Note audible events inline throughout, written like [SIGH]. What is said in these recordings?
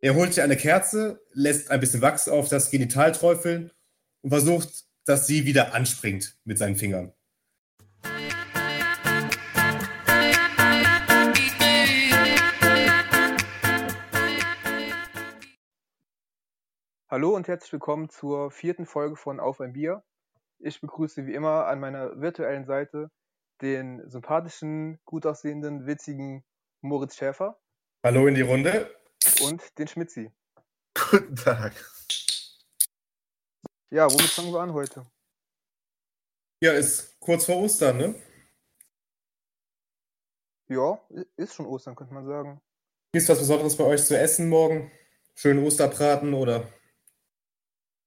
Er holt sich eine Kerze, lässt ein bisschen Wachs auf das Genital träufeln und versucht, dass sie wieder anspringt mit seinen Fingern. Hallo und herzlich willkommen zur vierten Folge von Auf ein Bier. Ich begrüße wie immer an meiner virtuellen Seite den sympathischen, gut aussehenden, witzigen Moritz Schäfer Hallo in die Runde. und den Schmitzi. Guten Tag. Ja, womit fangen wir an heute? Ja, ist kurz vor Ostern, ne? Ja, i- ist schon Ostern, könnte man sagen. Gibt es was Besonderes bei euch zu essen morgen? Schönen Osterbraten oder?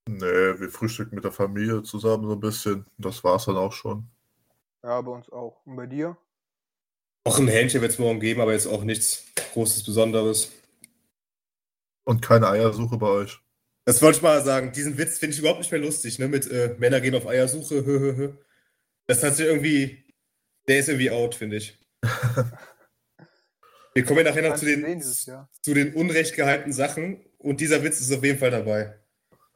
Nee, wir frühstücken mit der Familie zusammen so ein bisschen. Das war's dann auch schon. Ja, bei uns auch. Und bei dir? Auch ein Hähnchen wird es morgen geben, aber jetzt auch nichts Großes Besonderes. Und keine Eiersuche bei euch. Das wollte ich mal sagen. Diesen Witz finde ich überhaupt nicht mehr lustig, ne? Mit äh, Männer gehen auf Eiersuche. hö, hö, hö. Das hat sich irgendwie. Der ist irgendwie out, finde [LAUGHS] ich. Wir kommen ja nachher noch Kannst zu du sehen den, dieses Jahr. zu den unrecht gehaltenen Sachen und dieser Witz ist auf jeden Fall dabei.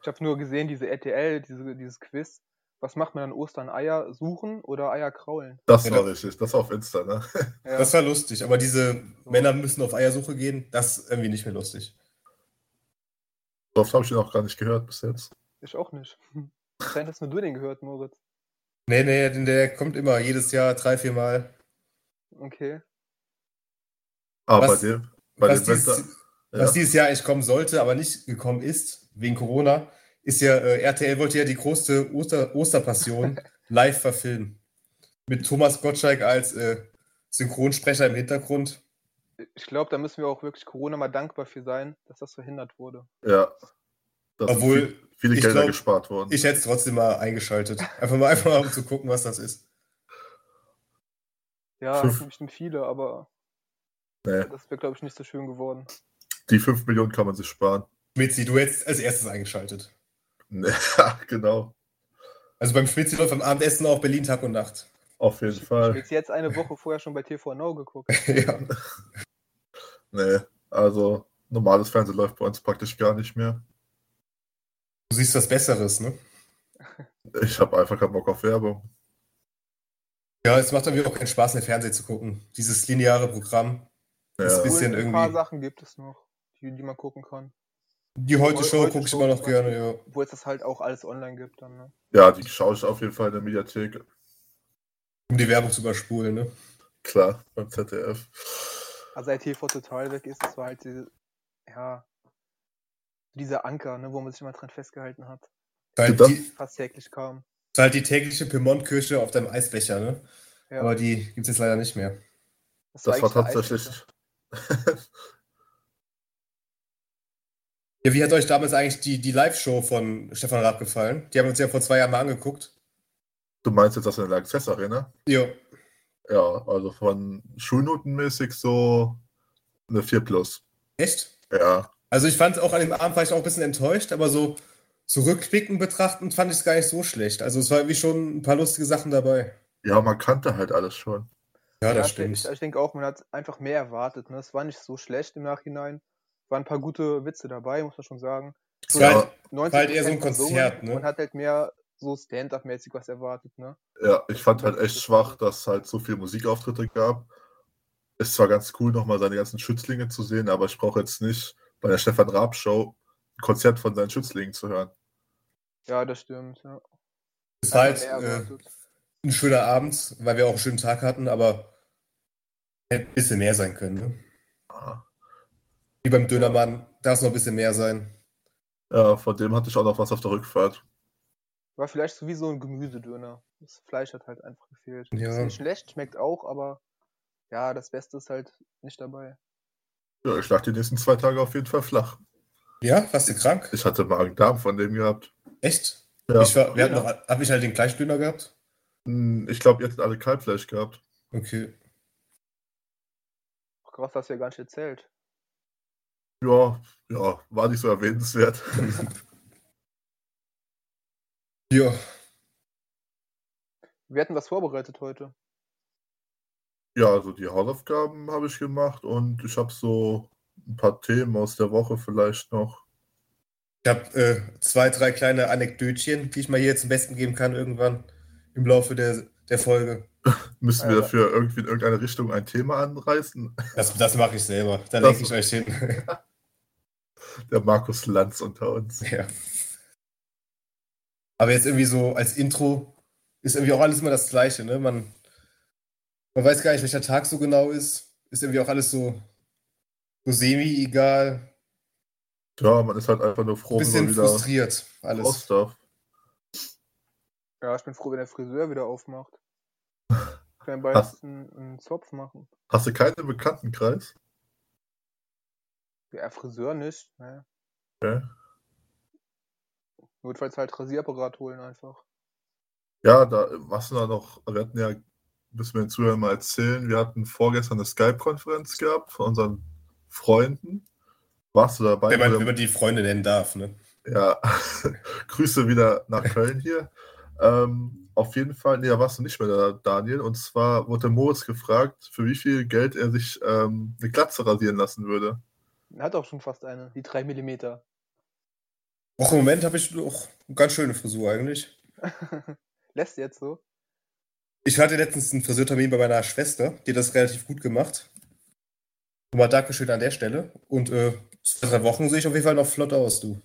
Ich habe nur gesehen, diese RTL, diese, dieses Quiz. Was macht man an Ostern? Eier suchen oder Eier kraulen? Das Ja, war da- richtig. Das war auf Insta, ne? Ja, Das war lustig, aber diese So. Männer müssen auf Eiersuche gehen, das ist irgendwie nicht mehr lustig. So oft habe ich den auch gar nicht gehört bis jetzt. ich auch nicht. [LAUGHS] Scheint, dass nur du den gehört, Moritz. Nee, nee, denn der kommt immer, jedes Jahr, drei, vier Mal. Okay. Aber Was- bei dem, bei Was dem dieses, Wetter. Ja. was dieses Jahr echt kommen sollte, aber nicht gekommen ist, wegen Corona, ist ja, äh, RTL wollte ja die große Oster, Osterpassion live verfilmen. Mit Thomas Gottschalk als äh, Synchronsprecher im Hintergrund. Ich glaube, da müssen wir auch wirklich Corona mal dankbar für sein, dass das verhindert wurde. ja. Da sind Obwohl, viel- viele ich Gelder glaub, gespart worden. Ich hätte es trotzdem mal eingeschaltet. Einfach mal, einfach mal um zu gucken, was das ist. Ja, Fünf- das sind bestimmt viele, aber nee, das wäre, glaube ich, nicht so schön geworden. die 5 Millionen kann man sich sparen. Mitzi, du hättest als erstes eingeschaltet. Nee, [LAUGHS] ja, genau. Also beim Schmitzi läuft am Abendessen auch Berlin Tag und Nacht. [LAUGHS] Ich Auf jeden ich habe Fall. jetzt- jetzt eine Woche vorher schon bei TV Now geguckt. ja. Nee, also normales Fernsehen läuft bei uns praktisch gar nicht mehr. Du siehst was Besseres, ne? Ich habe einfach keinen Bock auf Werbung. Ja, es macht irgendwie auch keinen Spaß, mehr Fernsehen zu gucken. Dieses lineare Programm. Das Ja. ist- bisschen ein paar irgendwie- Sachen gibt es noch, die, die man gucken kann. Die heute Heute- Show heute gucke ich Show immer noch zum Beispiel. gerne, ja. Obwohl es das halt auch alles online gibt dann. Ne? ja, die schaue ich auf jeden Fall in der Mediathek. Um die Werbung zu überspulen, ne? Klar, beim ZDF. Also seit TV total weg ist, es war halt diese, ja, dieser Anker, ne, wo man sich immer dran festgehalten hat. Ist Halt Ja. die, ist Fast täglich kam. halt die tägliche Pimont-Kirsche auf deinem Eisbecher, ne? Ja, Aber die gibt es jetzt leider nicht mehr. Das war eigentlich eine tatsächlich. Eisdiele. Ja, wie hat euch damals eigentlich die, die Live-Show von Stefan Raab gefallen? Die haben wir uns ja vor zwei Jahren mal angeguckt. [LAUGHS] Du meinst jetzt das in der Lanxess Arena? Jo. Ja, also von Schulnotenmäßig so eine 4 plus. Echt? Ja, Also ich fand auch an dem Abend war ich auch ein bisschen enttäuscht, aber so zurückblickend betrachtend fand ich es gar nicht so schlecht. Also es war irgendwie schon ein paar lustige Sachen dabei. ja, man kannte halt alles schon. Ja, das ich denk- stimmt. Ich, ich denke auch, man hat einfach mehr erwartet. Ne? Es war nicht so schlecht im Nachhinein. Waren ein paar gute Witze dabei, muss man schon sagen. Es war Ja. halt, 90 halt eher so ein Konzert, ne? Man hat halt mehr so Stand-up-mäßig was erwartet, ne? Ja, ich fand halt echt schwach, dass es halt so viele Musikauftritte gab. Es war ganz cool, nochmal seine ganzen Schützlinge zu sehen, aber ich brauche jetzt nicht bei der Stefan Raab Show ein Konzert von seinen Schützlingen zu hören. Ja, das stimmt. Ja. es war halt Hat man mehr äh, erwartet. ein schöner Abend, weil wir auch einen schönen Tag hatten, aber hätte ein bisschen mehr sein können. Ne? Ah. Wie beim Dönermann, darf es noch ein bisschen mehr sein. Ja, von dem hatte ich auch noch was auf der Rückfahrt. War vielleicht so wie so ein Gemüsedöner. Das Fleisch hat halt einfach gefehlt. Ja. Ist nicht schlecht, schmeckt auch, aber ja, das Beste ist halt nicht dabei. Ja, ich lag die nächsten zwei Tage auf jeden Fall flach. Ja, warst du krank? Ich hatte Magen-Darm von dem gehabt. Echt? Ja. Ich war, wir hatten Döner. noch, hab ich halt den gleichen Döner gehabt? Hm, Ich glaube, ihr hättet alle Kalbfleisch gehabt. Okay. Ach, Krass, hast du ja gar nicht erzählt. Ja, ja, war nicht so erwähnenswert. [LAUGHS] Ja, Wir hatten was vorbereitet heute. Ja, also die Hausaufgaben habe ich gemacht und ich habe so ein paar Themen aus der Woche vielleicht noch. Ich habe äh, zwei, drei kleine Anekdötchen, die ich mal hier zum Besten geben kann irgendwann im Laufe der, der Folge. Müssen wir Ja. dafür irgendwie in irgendeine Richtung ein Thema anreißen? [LAUGHS] Das, das mache ich selber. Da Das- lenke ich euch hin. [LAUGHS] Der Markus Lanz unter uns. ja. Aber jetzt irgendwie so als Intro ist irgendwie auch alles immer das Gleiche. Ne? Man, man weiß gar nicht, welcher Tag so genau ist. Ist irgendwie auch alles so, so semi-egal. Ja, man ist halt einfach nur froh, wenn Bisschen man wieder frustriert raus alles. darf. Ja, ich bin froh, wenn der Friseur wieder aufmacht. [LAUGHS] Können wir jetzt einen, einen Zopf machen. Hast du keinen im Bekanntenkreis? Ja, Friseur nicht, ne? Okay. Notfalls halt Rasierapparat holen einfach. Ja, da was da noch, wir hatten ja, müssen wir den Zuhörern mal erzählen, wir hatten vorgestern eine Skype-Konferenz gehabt von unseren Freunden. Warst du dabei? Wenn man, oder- wenn man die Freunde nennen darf. Ne? Ja, [LAUGHS] Grüße wieder nach Köln hier. Ähm, auf jeden Fall, nee, da warst du nicht mehr da, Daniel. Und zwar wurde der Moritz gefragt, für wie viel Geld er sich ähm, eine Glatze rasieren lassen würde. Hat auch schon fast eine, die 3 mm. Och, im Moment habe ich auch eine ganz schöne Frisur eigentlich. Lässt jetzt so. Ich hatte letztens einen Friseurtermin bei meiner Schwester, die hat das relativ gut gemacht. Nochmal Dankeschön an der Stelle. Und äh, zwei, drei Wochen sehe ich auf jeden Fall noch flott aus, du.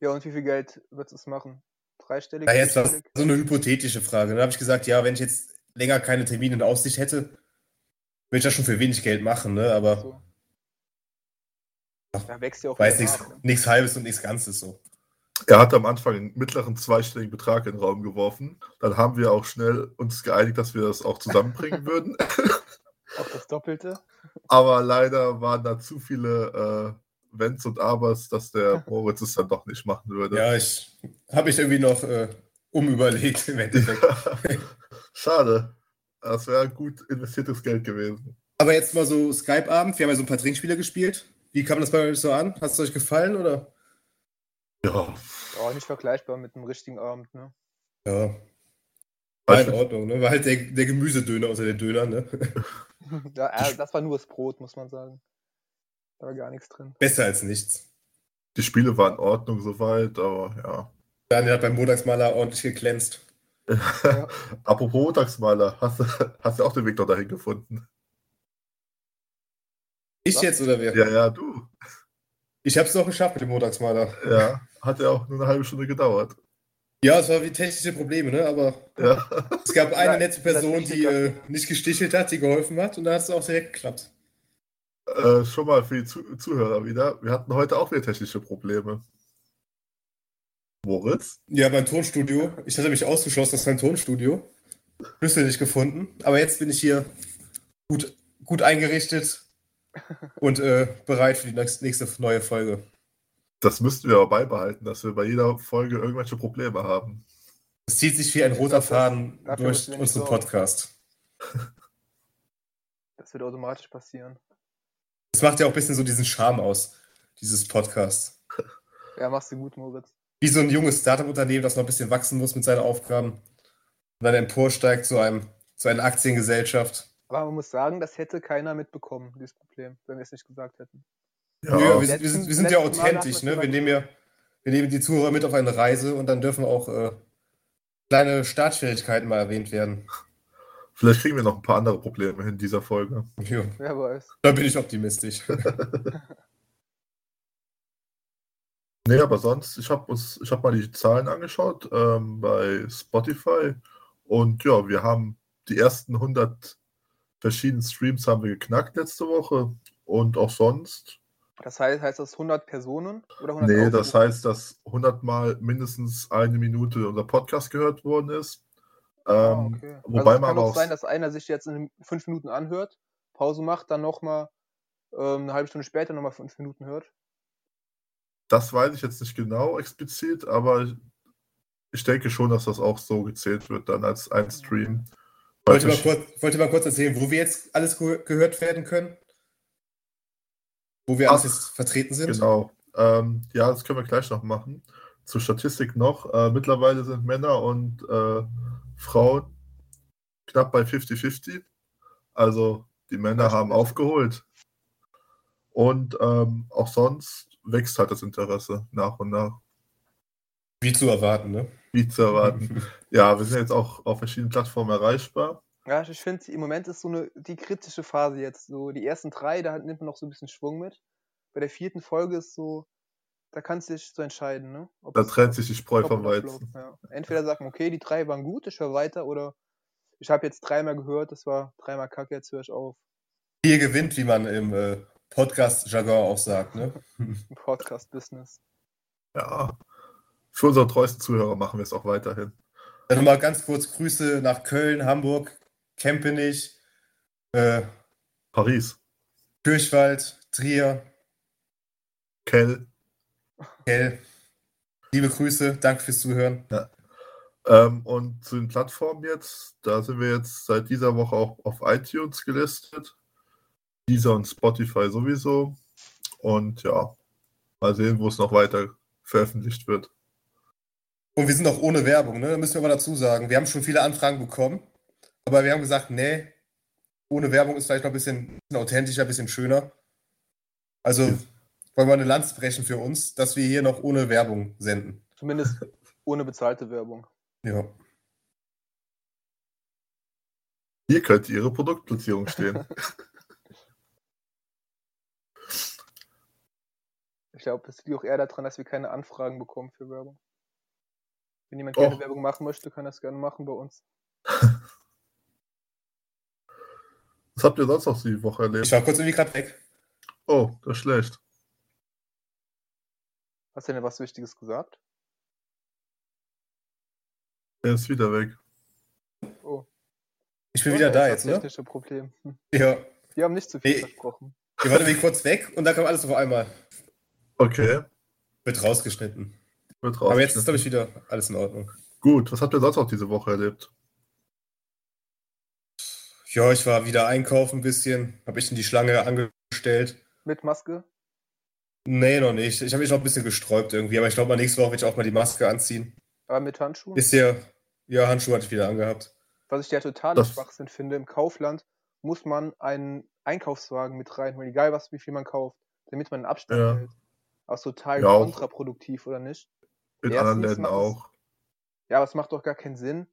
Ja, und wie viel Geld wird es machen? Dreistellig? Ja, jetzt war vierstellig? so eine hypothetische Frage. Dann habe ich gesagt, ja, wenn ich jetzt länger keine Termine in Aussicht hätte, würde ich das schon für wenig Geld machen, ne? Aber So. Da wächst ja auch weiß wieder nichts, nach, ne? nichts Halbes und nichts Ganzes so. Er hat am Anfang einen mittleren zweistelligen Betrag in den Raum geworfen. Dann haben wir auch schnell uns geeinigt, dass wir das auch zusammenbringen würden. Auch das Doppelte. Aber leider waren da zu viele äh, Wenns und Abers, dass der Moritz es dann doch nicht machen würde. [LAUGHS] Ja, ich habe mich irgendwie noch äh, umüberlegt im Endeffekt. Schade. Das wäre gut investiertes Geld gewesen. Aber jetzt mal so Skype-Abend, wir haben ja so ein paar Trinkspiele gespielt. Wie kam das bei euch so an? Hat es euch gefallen oder? Ja. Auch nicht vergleichbar mit einem richtigen Abend, ne? [LAUGHS] Ja, war in Also, Ordnung, ne? War halt der, der Gemüsedöner unter den Dönern, ne? [LAUGHS] Ja, äh, das war nur das Brot, muss man sagen. Da war gar nichts drin. Besser als nichts. die Spiele waren in Ordnung soweit, aber ja. Daniel hat beim Montagsmaler ordentlich geglänzt. Ja. [LAUGHS] Apropos Montagsmaler, hast du, hast du auch den Weg noch dahin gefunden? Ich Was? jetzt oder wer? Ja, ja, du. Ich hab's noch geschafft mit dem Montagsmaler. Ja, hat ja auch nur eine halbe Stunde gedauert. Ja, es war wie technische Probleme, ne? Aber Ja. [LAUGHS] es gab eine Nein, nette Person, natürlich die äh, nicht gestichelt hat, die geholfen hat und dann hat es auch direkt geklappt. Äh, schon mal für die Zu Zuhörer wieder. Wir hatten heute auch wieder technische Probleme. Moritz? Ja, mein Tonstudio. Ich hatte mich ausgeschlossen aus meinem Tonstudio. Schlüssel nicht gefunden. Aber jetzt bin ich hier gut, gut eingerichtet und äh, bereit für die nächst- nächste neue Folge. Das müssten wir aber beibehalten, dass wir bei jeder Folge irgendwelche Probleme haben. Es zieht sich wie ein roter Faden durch dafür müssen wir nicht unseren sorgen. Podcast. Das wird automatisch passieren. Das macht ja auch ein bisschen so diesen Charme aus, dieses Podcast. Ja, machst du gut, Moritz. Wie so ein junges Startup-Unternehmen, das noch ein bisschen wachsen muss mit seinen Aufgaben und dann emporsteigt zu, einem, zu einer Aktiengesellschaft. Aber man muss sagen, das hätte keiner mitbekommen, dieses Problem, wenn wir es nicht gesagt hätten. Ja, Nö, wir, wir, sind, wir, sind, wir Letzten- sind ja letzten Mal authentisch, hatten wir ne? Wir schon nehmen ja wir nehmen die Zuhörer mit auf eine Reise und dann dürfen auch äh, kleine Startschwierigkeiten mal erwähnt werden. vielleicht kriegen wir noch ein paar andere Probleme in dieser Folge. Ja, Wer weiß. da bin ich optimistisch. Nee, aber sonst, ich habe ich hab mal die Zahlen angeschaut ähm, bei Spotify und ja, wir haben die ersten 100 verschiedenen Streams haben wir geknackt letzte Woche und auch sonst. Das heißt, heißt das 100 Personen oder 100 Nee, Aufrufe? das heißt, dass 100 Mal mindestens eine Minute unser Podcast gehört worden ist. Ähm, Ah, okay. also Wobei es man kann aber auch auch sein, dass einer sich jetzt in fünf Minuten anhört, Pause macht, dann nochmal ähm, eine halbe Stunde später nochmal fünf Minuten hört. Das weiß ich jetzt nicht genau explizit, aber ich- ich denke schon, dass das auch so gezählt wird dann als ein Stream. Ich wollte mal kurz, wollte mal kurz erzählen, wo wir jetzt alles ge- gehört werden können. Wo wir alles Ach, jetzt vertreten sind. Genau. Ähm, ja, das können wir gleich noch machen. Zur Statistik noch. Äh, mittlerweile sind Männer und äh, Frauen knapp bei 50-50. Also die Männer Das haben stimmt. aufgeholt. Und ähm, auch sonst wächst halt das Interesse nach und nach. Wie zu erwarten, ne? Wie zu erwarten. ja, wir sind jetzt auch auf verschiedenen Plattformen erreichbar. Ja, ich finde, im Moment ist so eine, die kritische Phase jetzt. So die ersten drei, da hat- nimmt man noch so ein bisschen Schwung mit. Bei der vierten Folge ist so, da kannst du dich so entscheiden, ne? Ob Da es- trennt sich die Spreu ob vom man aufläuft, Weizen. Ja. Entweder sagt man, okay, die drei waren gut, ich höre weiter, oder ich habe jetzt dreimal gehört, das war dreimal kacke, jetzt höre ich auf. Hier gewinnt, wie man im äh, Podcast-Jargon auch sagt, ne? Im Podcast-Business. Ja. Für unsere treuesten Zuhörer machen wir es auch weiterhin. Dann nochmal ganz kurz Grüße nach Köln, Hamburg, Kempenich, äh, Paris, Kirchwald, Trier, Kell. Kell. Liebe Grüße, danke fürs Zuhören. Ähm, und zu den Plattformen jetzt, da sind wir jetzt seit dieser Woche auch auf iTunes gelistet. Deezer und Spotify sowieso. Und ja, mal sehen, wo es noch weiter veröffentlicht wird. Und wir sind auch ohne Werbung, ne? Da müssen wir aber dazu sagen. Wir haben schon viele Anfragen bekommen, aber wir haben gesagt, nee, ohne Werbung ist vielleicht noch ein bisschen, bisschen authentischer, ein bisschen schöner. Also Ja. wollen wir eine Lanze brechen für uns, dass wir hier noch ohne Werbung senden. Zumindest ohne bezahlte Werbung. Ja. Hier könnte Ihre Produktplatzierung stehen. Ich glaube, das liegt auch eher daran, dass wir keine Anfragen bekommen für Werbung. Wenn jemand Doch. gerne Werbung machen möchte, kann das gerne machen bei uns. Was habt ihr sonst noch die Woche Ich erlebt? war kurz irgendwie gerade weg. Oh, das ist schlecht. Hast du denn was Wichtiges gesagt? Er ist wieder weg. Ich bin Oh, wieder da ist das jetzt, oder? Technische Problem. [LAUGHS] Hm. Ja. Wir haben nicht zu viel Nee. versprochen. Ich war irgendwie kurz weg und dann kam alles auf einmal. Okay, Wird rausgeschnitten. wird raus. Aber jetzt ist, glaube ich, wieder alles in Ordnung. Gut, was habt ihr sonst noch diese Woche erlebt? Ja, ich war wieder einkaufen ein bisschen. Habe ich in die Schlange angestellt. Mit Maske? Nee, noch nicht. Ich habe mich noch ein bisschen gesträubt irgendwie. Aber ich glaube, mal nächste Woche werde ich auch mal die Maske anziehen. Aber mit Handschuhen? Ist ja, ja, Handschuhe hatte ich wieder angehabt. Was ich ja total Das- Schwachsinn finde, im Kaufland muss man einen Einkaufswagen mit reinholen, egal was, wie viel man kauft, damit man einen Abstand Ja. hält. Das ist total Ja, auch. kontraproduktiv, oder nicht? In Erstens anderen Läden macht es- auch. Ja, aber es macht doch gar keinen Sinn,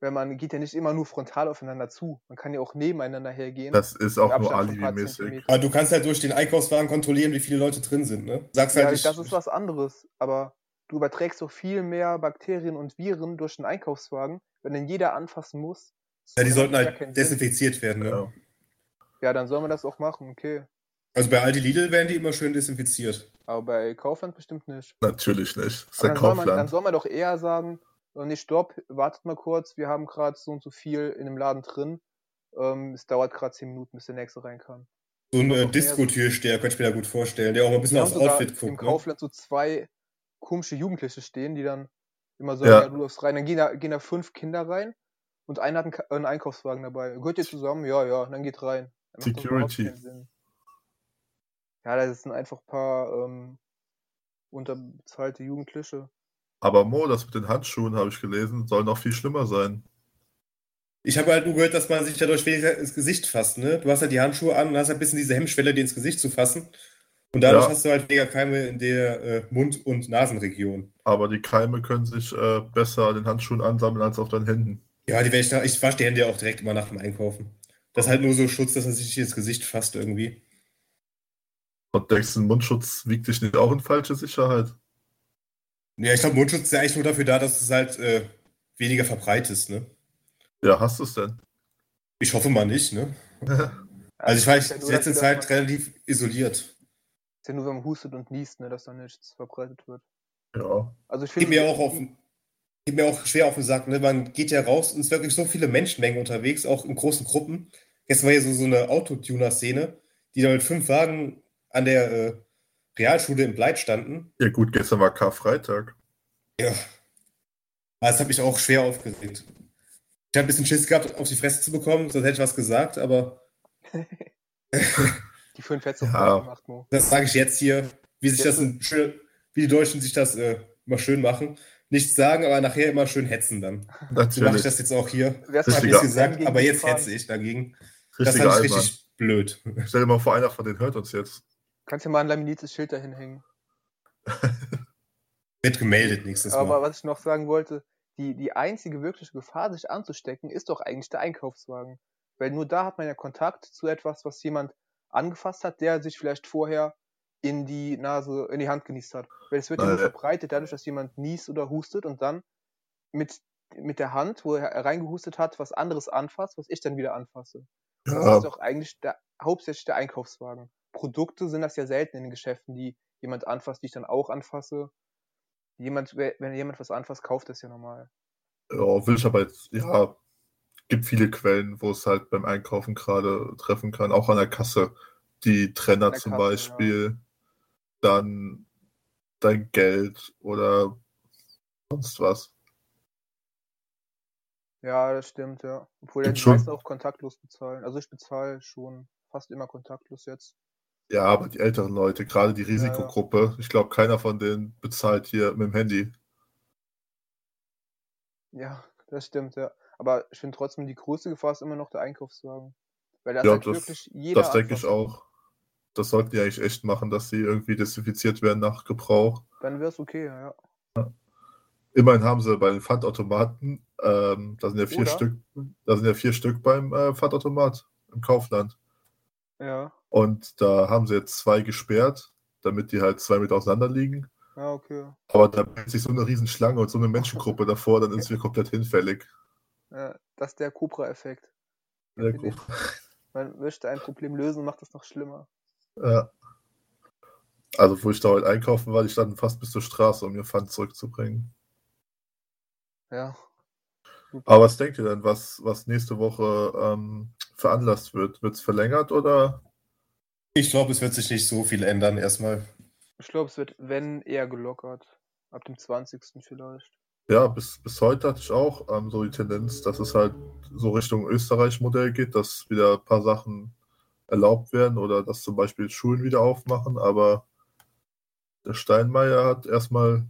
wenn man geht ja nicht immer nur frontal aufeinander zu. Man kann ja auch nebeneinander hergehen. Das ist auch mit nur Abstand von ein paar alibimäßig. Zentimetern. Aber du kannst halt durch den Einkaufswagen kontrollieren, wie viele Leute drin sind, ne? Sagst halt, Ja, ich, das ist was anderes, aber du überträgst doch viel mehr Bakterien und Viren durch den Einkaufswagen, wenn den jeder anfassen muss. ja, die Das sollten macht gar keinen halt Sinn. desinfiziert werden, ne? Ja. Ja, dann soll man das auch machen, okay. Also bei Aldi Lidl werden die immer schön desinfiziert. Aber bei Kaufland bestimmt nicht. Natürlich nicht. Das ist Aber ein dann, soll man, dann Kaufland. soll man doch eher sagen, äh, nee, stopp, wartet mal kurz, wir haben gerade so und so viel in dem Laden drin. Ähm, es dauert gerade 10 Minuten, bis der nächste rein kann. So ein äh, doch mehr so. Disco-Türsteher könnte ich mir da gut vorstellen, der auch mal ein bisschen Wir aufs haben sogar Outfit Im guckt. Ne? Kaufland so zwei komische Jugendliche stehen, die dann immer so, Ja. ja, du darfst rein. Dann gehen da, gehen da fünf Kinder rein und einer hat einen, Ka- äh, einen Einkaufswagen dabei. Gehört ihr zusammen? Ja, ja, dann geht rein. Dann macht das überhaupt Security. keinen Sinn. Ja, das sind einfach ein paar ähm, unterbezahlte Jugendliche. Aber Mo, das mit den Handschuhen, habe ich gelesen, soll noch viel schlimmer sein. Ich habe halt nur gehört, dass man sich dadurch weniger ins Gesicht fasst. Ne? Du hast halt die Handschuhe an und hast halt ein bisschen diese Hemmschwelle, dir ins Gesicht zu fassen. Und dadurch Ja. hast du halt weniger Keime in der äh, Mund- und Nasenregion. Aber die Keime können sich äh, besser an den Handschuhen ansammeln als auf deinen Händen. Ja, die werde ich, nach, ich wasche die Hände ja auch direkt immer nach dem Einkaufen. Das ist halt nur so Schutz, dass man sich nicht ins Gesicht fasst irgendwie. Und denkst du, ein Mundschutz wiegt dich nicht auch in falsche Sicherheit? Ja, ich glaube, Mundschutz ist ja eigentlich nur dafür da, dass es halt äh, weniger verbreitest. Ne? Ja, hast du es denn? Ich hoffe mal nicht. Ne? Ja, Also ich war ich ja nur letzte dafür, dass Zeit man- relativ isoliert. Ist ja nur, wenn man hustet und niest, ne, dass da nichts verbreitet wird. Ja. Also ich finde. Geht mir auch auf geht mir auch schwer auf den Sack, ne? Man geht ja raus und es sind wirklich so viele Menschenmengen unterwegs, auch in großen Gruppen. Gestern war hier so, so eine Autotuner-Szene, die da mit fünf Wagen an der äh, Realschule in Bleit standen. Ja, gut, gestern [LAUGHS] war Karfreitag. Ja. Ah, Das hat mich auch schwer aufgeregt. Ich habe ein bisschen Schiss gehabt, auf die Fresse zu bekommen, sonst hätte ich was gesagt, aber Die fünf hättest du Ja. ja. gemacht, Mo. das sage ich jetzt hier, wie sich Jetzt das in, schön, wie die Deutschen sich das äh, immer schön machen. Nichts sagen, aber nachher immer schön hetzen dann. So mache ich Natürlich. das jetzt auch hier. Wärst Das Das habe ich Richtiger- jetzt gesagt, aber jetzt hätte hetze ich dagegen. Das Richtiger fand ich Allmann. richtig blöd. Stell dir mal vor, einer von denen hört uns jetzt. Kannst ja mal ein laminiertes Schild dahin hängen. Wird gemeldet nächstes Aber Mal. was ich noch sagen wollte, die, die einzige wirkliche Gefahr, sich anzustecken, ist doch eigentlich der Einkaufswagen. Weil nur da hat man ja Kontakt zu etwas, was jemand angefasst hat, der sich vielleicht vorher in die Nase, in die Hand genießt hat. Weil es wird ja nur Äh. verbreitet dadurch, dass jemand niest oder hustet und dann mit, mit der Hand, wo er reingehustet hat, was anderes anfasst, was ich dann wieder anfasse. Und Das ist doch eigentlich der, hauptsächlich der Einkaufswagen. Produkte sind das ja selten in den Geschäften, die jemand anfasst, die ich dann auch anfasse. Jemand, we- wenn jemand was anfasst, kauft das ja normal. Ja, will ich aber jetzt, ja, gibt viele Quellen, wo es halt beim Einkaufen gerade treffen kann, auch an der Kasse. Die Trenner der zum Kasse, ja. Beispiel, dann dein Geld oder sonst was. Ja, das stimmt, ja. Obwohl ja Gibt die schon- meisten auch kontaktlos bezahlen. Also ich bezahle schon fast immer kontaktlos jetzt. Ja, aber die älteren Leute, gerade die ja. Risikogruppe, ich glaube, keiner von denen bezahlt hier mit dem Handy. Ja, [LAUGHS] das stimmt, ja. Aber ich finde trotzdem, die größte Gefahr ist immer noch der Einkaufswagen. Weil das Ja, halt das- wirklich jeder das denke ich anfassen. auch. Das sollten die eigentlich echt machen, dass sie irgendwie desinfiziert werden nach Gebrauch. Dann wäre es okay, ja. ja. Immerhin haben sie bei den Pfandautomaten, ähm, da sind ja vier Oder? Stück, da sind ja vier Stück beim äh, Pfandautomat im Kaufland. Ja, Und da haben sie jetzt zwei gesperrt, damit die halt zwei Meter auseinander liegen. ja, okay. Aber da bildet sich so eine Riesenschlange und so eine Menschengruppe davor, dann ist wir komplett hinfällig. Ja, das ist der Cobra-Effekt. Sehr gut. Man möchte ein Problem lösen, macht es noch schlimmer. Ja. Also, wo ich da heute einkaufen war, die standen fast bis zur Straße, um ihr Pfand zurückzubringen. Ja. Aber was denkt ihr denn, was, was nächste Woche ähm, veranlasst wird? Wird es verlängert oder? Ich glaube, es wird sich nicht so viel ändern erstmal. Ich glaube, es wird, wenn, eher gelockert. Ab dem 20. vielleicht. Ja, bis, bis heute hatte ich auch ähm, so die Tendenz, dass es halt so Richtung Österreich-Modell geht, dass wieder ein paar Sachen erlaubt werden oder dass zum Beispiel Schulen wieder aufmachen, aber der Steinmeier hat erstmal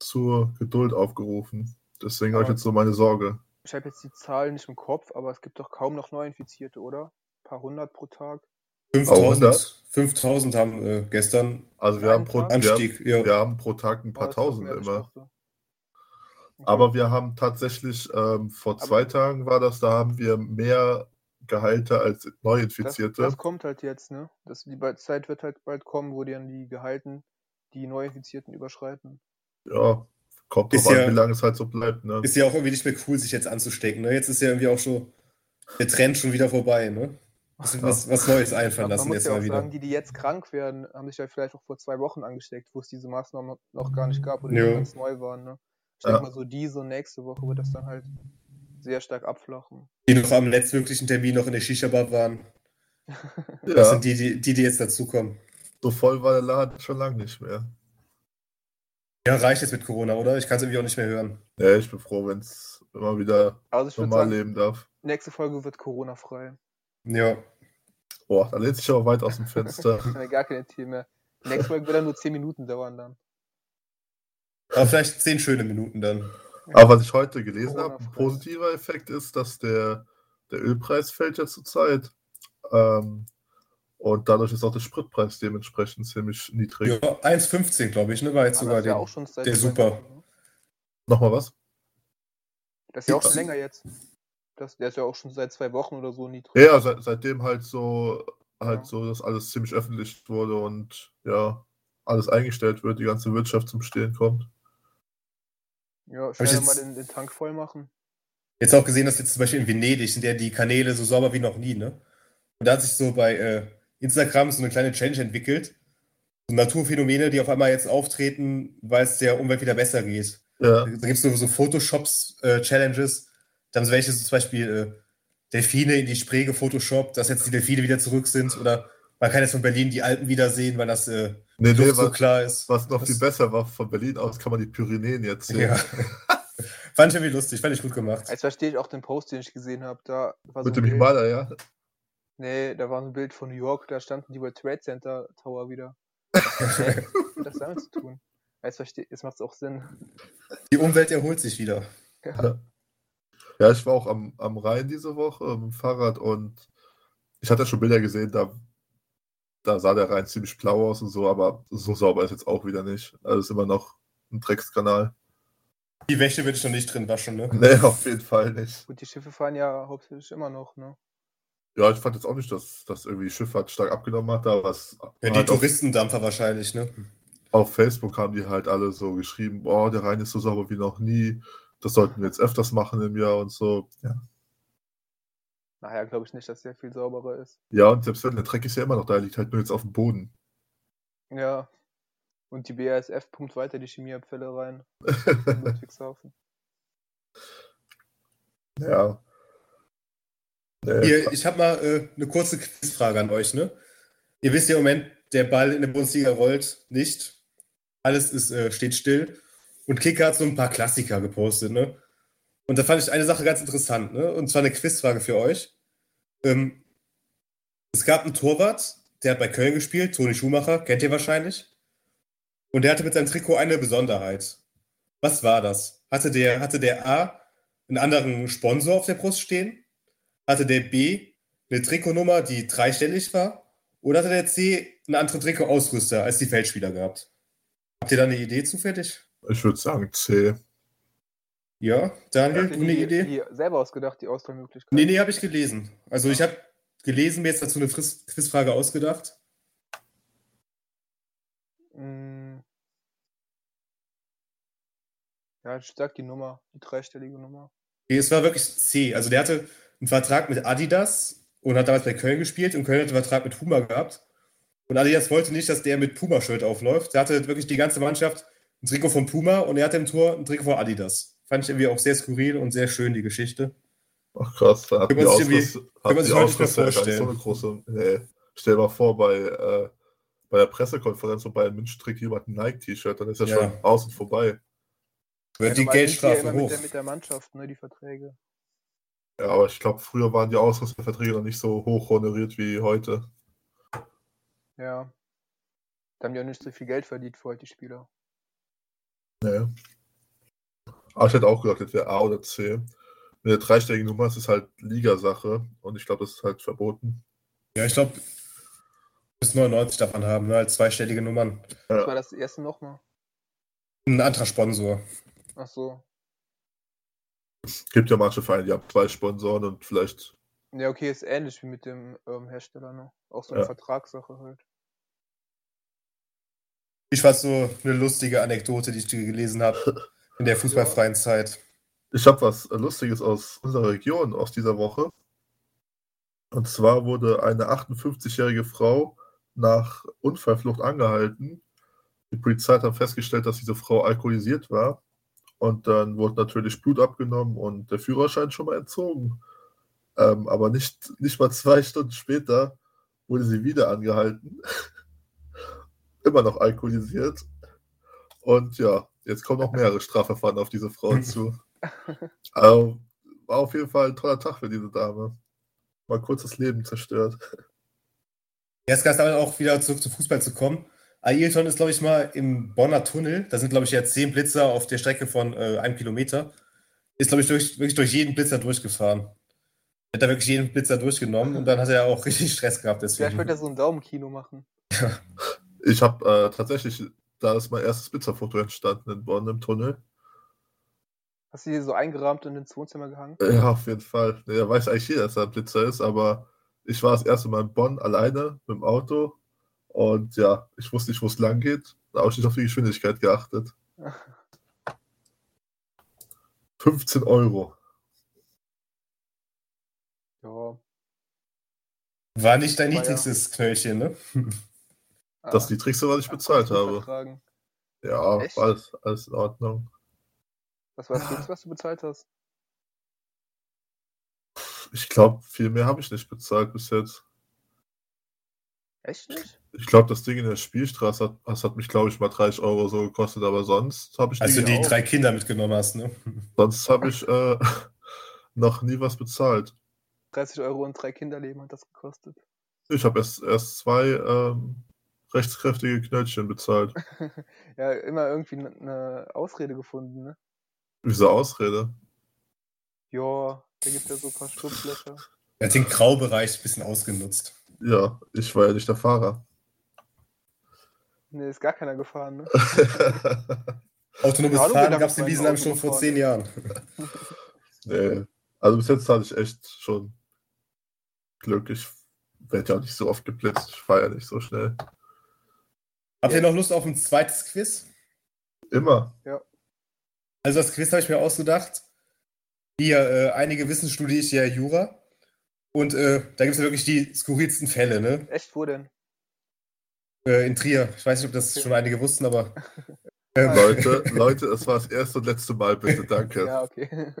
zur Geduld aufgerufen. Deswegen habe ich Aber- jetzt so meine Sorge. Ich habe jetzt die Zahlen nicht im Kopf, aber es gibt doch kaum noch Neuinfizierte, oder? Ein paar hundert pro Tag. 5000, 5000 haben äh, gestern Also wir Ein haben, pro, Tag? wir, haben, Anstieg. Ja, wir haben pro Tag ein paar Aber das war Tausend mehr, als ich immer. dachte. Okay. Aber wir haben tatsächlich, ähm, vor zwei Tagen war das, da haben wir mehr Gehalte als Neuinfizierte. Das, das kommt halt jetzt, ne? Das, die Be- Zeit wird halt bald kommen, wo die dann die Gehalten, die Neuinfizierten überschreiten. ja, kommt drauf Ist an, ja- wie lange es halt so bleibt. Ne? Ist ja auch irgendwie nicht mehr cool, sich jetzt anzustecken. Ne? Jetzt ist ja irgendwie auch schon der Trend schon wieder vorbei. Ne? Was, was, was Neues einfallen Aber man lassen muss jetzt ja auch mal wieder. sagen, die, die jetzt krank werden, haben sich ja vielleicht auch vor zwei Wochen angesteckt, wo es diese Maßnahmen noch gar nicht gab oder die Ja. ganz neu waren. Ne? Ich Ja. denke mal, so diese und nächste Woche wird das dann halt sehr stark abflachen. Die noch am letztmöglichen Termin noch in der Shisha-Bar waren. Das ja, sind die, die, die, die jetzt dazukommen. so voll war der Laden schon lange nicht mehr. Ja, reicht jetzt mit Corona, oder? Ich kann es irgendwie auch nicht mehr hören. Ja, ich bin froh, wenn es immer wieder Also ich würde normal sagen, leben darf. nächste Folge wird Corona-frei. Ja. Boah, da lehnt sich aber weit aus dem Fenster. Dann haben wir gar keine Themen mehr. Nächste Folge wird dann nur 10 Minuten dauern dann. Aber vielleicht zehn schöne Minuten dann. aber was ich heute gelesen habe, ein Corona-frei. positiver Effekt ist, dass der, der Ölpreis fällt ja zurzeit. Ähm, und dadurch ist auch der Spritpreis dementsprechend ziemlich Ja, niedrig. 1,15, glaube ich, ne? War jetzt sogar Aber Ah, das ist ja der. auch schon seit der zwei Super. Wochen, ne? Nochmal was? Das ist ja auch schon Super. länger jetzt. Das, der ist ja auch schon seit zwei Wochen oder so niedrig. Ja, Ja, seit, seitdem halt so, halt Ja. so, dass alles ziemlich öffentlich wurde und ja, alles eingestellt wird, die ganze Wirtschaft zum Stehen kommt. Ja, ich schnell jetzt- mal den, den Tank voll machen. Jetzt auch gesehen, dass jetzt zum Beispiel in Venedig sind ja die Kanäle so sauber wie noch nie, ne? Und da hat sich so bei äh, Instagram so eine kleine Challenge entwickelt. So Naturphänomene, die auf einmal jetzt auftreten, weil es der Umwelt wieder besser geht. Da Ja, gibt es so, so Photoshops-Challenges. da haben so welche so zum Beispiel äh, Delfine in die Spree gefotoshoppt, dass jetzt die Delfine wieder zurück sind. Oder man kann jetzt von Berlin die Alpen wiedersehen, weil das äh, nee, nee, Luft so was, klar ist. was noch Das- viel besser war, von Berlin aus kann man die Pyrenäen jetzt sehen. [LAUGHS] Ja. fand ich irgendwie lustig, fand ich gut gemacht. Jetzt verstehe ich auch den Post, den ich gesehen habe. Da war so Mit ein dem Bild, Himalaya, ja. nee, da war so ein Bild von New York, da standen die World Trade Center Tower [LAUGHS] wieder. Hä? Was hat das damit zu tun? Jetzt verstehe jetzt macht es auch Sinn. [LAUGHS] Die Umwelt erholt sich wieder. Ja. Ja, ich war auch am, äh, am Rhein diese Woche mit dem Fahrrad und ich hatte schon Bilder gesehen, da da sah der Rhein ziemlich blau aus und so, aber so sauber ist jetzt auch wieder nicht. Also ist immer noch [LAUGHS] ein Dreckskanal. Die Wäsche wird schon nicht drin waschen, ne? Nee, auf jeden Fall [LAUGHS] nicht. Gut, die Schiffe fahren ja hauptsächlich immer noch, ne? Ja, ich fand jetzt auch nicht, dass, dass irgendwie die Schifffahrt stark abgenommen hat, aber es Ja, die halt auf, Touristendampfer wahrscheinlich, ne? auf Facebook haben die halt alle so geschrieben, boah, der Rhein ist so sauber wie noch nie, das sollten wir jetzt öfters machen im Jahr und so. Ja, Naja, glaube ich nicht, dass sehr viel sauberer ist. ja und selbst wenn, der Dreck ist ja immer noch da, er liegt halt nur jetzt auf dem Boden. [LAUGHS] Ja. Und die BASF pumpt weiter die Chemieabfälle rein. in [LAUGHS] Ludwigshafen. Ja. Nee, Hier, ich habe mal äh, eine kurze Quizfrage an euch, ne? Ihr wisst ja im Moment, der Ball in der Bundesliga rollt nicht. Alles ist, äh, steht still. Und Kicker hat so ein paar Klassiker gepostet, ne? Und da fand ich eine Sache ganz interessant, ne? Und zwar eine Quizfrage für euch. Ähm, es gab einen Torwart, der hat bei Köln gespielt, Toni Schumacher, kennt ihr wahrscheinlich. Und der hatte mit seinem Trikot eine Besonderheit. Was war das? Hatte der, hatte der A einen anderen Sponsor auf der Brust stehen? Hatte der B eine Trikotnummer, die dreistellig war? Oder hatte der C einen anderen Trikotausrüster als die Feldspieler gehabt? Habt ihr da eine Idee zufällig? ich würde sagen C. Ja, Daniel, Hat du dir eine die, Idee? Die selber ausgedacht, die Auswahlmöglichkeit. Nee, nee, habe ich gelesen. Also ich habe gelesen, mir jetzt dazu eine Fris- Quizfrage ausgedacht. Mm. Ja, ich sag die Nummer, die dreistellige Nummer. Nee, Es war wirklich C. Also der hatte einen Vertrag mit Adidas und hat damals bei Köln gespielt und Köln hatte einen Vertrag mit Puma gehabt. Und Adidas wollte nicht, dass der mit Puma-Shirt aufläuft. Da hatte wirklich die ganze Mannschaft ein Trikot von Puma und er hatte im Tor ein Trikot von Adidas. Fand ich irgendwie auch sehr skurril und sehr schön, die Geschichte. Ach krass, da hat Kann die man sich Ausrüst- kann hat man die sich heute nicht mehr Ausrüstung ja gar nicht so eine große. Nee. Stell dir mal vor, bei, äh, bei der Pressekonferenz und bei München trägt jemand ein Nike-T-Shirt, dann ist er Ja. schon außen vorbei. Wird die normal sind Geldstrafe ja immer hoch. Mit der, mit der Mannschaft, ne, die Verträge. Ja, aber ich glaube, früher waren die Ausrüstungsverträge noch nicht so hoch honoriert wie heute. Ja. Da haben die auch nicht so viel Geld verdient für heute, die Spieler. Nee. Aber ich hätte auch gedacht, das wäre A oder C. Mit der dreistelligen Nummer ist es halt Ligasache und ich glaube, das ist halt verboten. Ja, ich glaube, bis 99 darf man haben, ne? als zweistellige Nummern. Das war das erste nochmal. Ein anderer Sponsor. Ach so. Es gibt ja manche Vereine, die haben zwei Sponsoren und vielleicht Ja, okay, ist ähnlich wie mit dem ähm, Hersteller, ne? Auch so eine Ja. Vertragssache halt. Ich fand so eine lustige Anekdote, die ich gelesen habe in der fußballfreien Zeit. Ich habe was äh, Lustiges aus unserer Region, aus dieser Woche. Und zwar wurde eine 58-jährige Frau nach Unfallflucht angehalten. Die Polizei hat dann festgestellt, dass diese Frau alkoholisiert war. Und dann wurde natürlich Blut abgenommen und der Führerschein schon mal entzogen. Ähm, aber nicht, nicht mal zwei Stunden später wurde sie wieder angehalten. [LAUGHS] Immer noch alkoholisiert. Und ja, jetzt kommen noch mehrere Strafverfahren auf diese Frau zu. Also, war auf jeden Fall ein toller Tag für diese Dame. Mal kurz das Leben zerstört. Jetzt gab es aber auch wieder zurück zum Fußball zu kommen. Ailton ist, glaube ich, mal im Bonner Tunnel. Da sind, glaube ich, ja zehn Blitzer auf der Strecke von äh, einem Kilometer. Ist, glaube ich, durch, wirklich durch jeden Blitzer durchgefahren. Hat da wirklich jeden Blitzer durchgenommen und dann hat er auch [LAUGHS] richtig Stress gehabt. Vielleicht Deswegen. wollte er so ein Daumenkino machen. Ich habe äh, tatsächlich, da ist mein erstes Pizzafoto entstanden in Bonn im Tunnel. Hast du dir so eingerahmt und ins Wohnzimmer gehangen? Ja, auf jeden Fall. Ja, weiß eigentlich jeder, dass er ein Blitzer ist, aber ich war das erste Mal in Bonn alleine mit dem Auto und ja, ich wusste nicht, wo es lang geht. Da habe ich nicht auf die Geschwindigkeit geachtet. 15 Euro. Ja. War nicht dein Aber ja. niedrigstes Knöllchen, ne? Ah, Das ist die Trickste, was ich bezahlt habe. Vertragen. Ja, Echt? war alles, alles in Ordnung. Was war das Höchste, was du bezahlt hast? Ich glaube, viel mehr habe ich nicht bezahlt bis jetzt. Echt nicht? Ich glaube, das Ding in der Spielstraße hat, das hat mich, glaube ich, mal 30 Euro so gekostet, aber sonst habe ich Als du Also die auch- drei Kinder mitgenommen hast, ne? sonst habe ich äh, [LAUGHS] noch nie was bezahlt. 30 Euro und drei Kinderleben hat das gekostet. Ich habe erst, erst zwei ähm, rechtskräftige Knöllchen bezahlt. Ja, immer irgendwie ne- eine Ausrede gefunden, ne? Diese Ausrede. Ja, da gibt's ja so ein paar Schlupflöcher. Er hat den Graubereich ein bisschen ausgenutzt. Ja, ich war ja nicht der Fahrer. [LAUGHS] Nee, ist gar keiner gefahren, ne? Autonomes Keine Ahnung, wie Fahren lange gab es mein in Wiesenheim Auto schon vor gefahren zehn ist. Jahren. nee. Also bis jetzt hatte ich echt schon Glück. Ich werde ja auch nicht so oft geblitzt. Ich fahre ja nicht so schnell. Habt ihr noch Lust auf ein zweites Quiz? Immer. Also das Quiz habe ich mir ausgedacht. Hier, äh, einige wissen, studiere ich ja Jura. Und äh, da gibt es ja wirklich die skurrilsten Fälle, ne? Echt, wo denn? Äh, in Trier. Ich weiß nicht, ob das schon einige wussten, aber. ähm, Leute, Leute, es war das erste und letzte Mal, bitte. Danke. Ja, okay.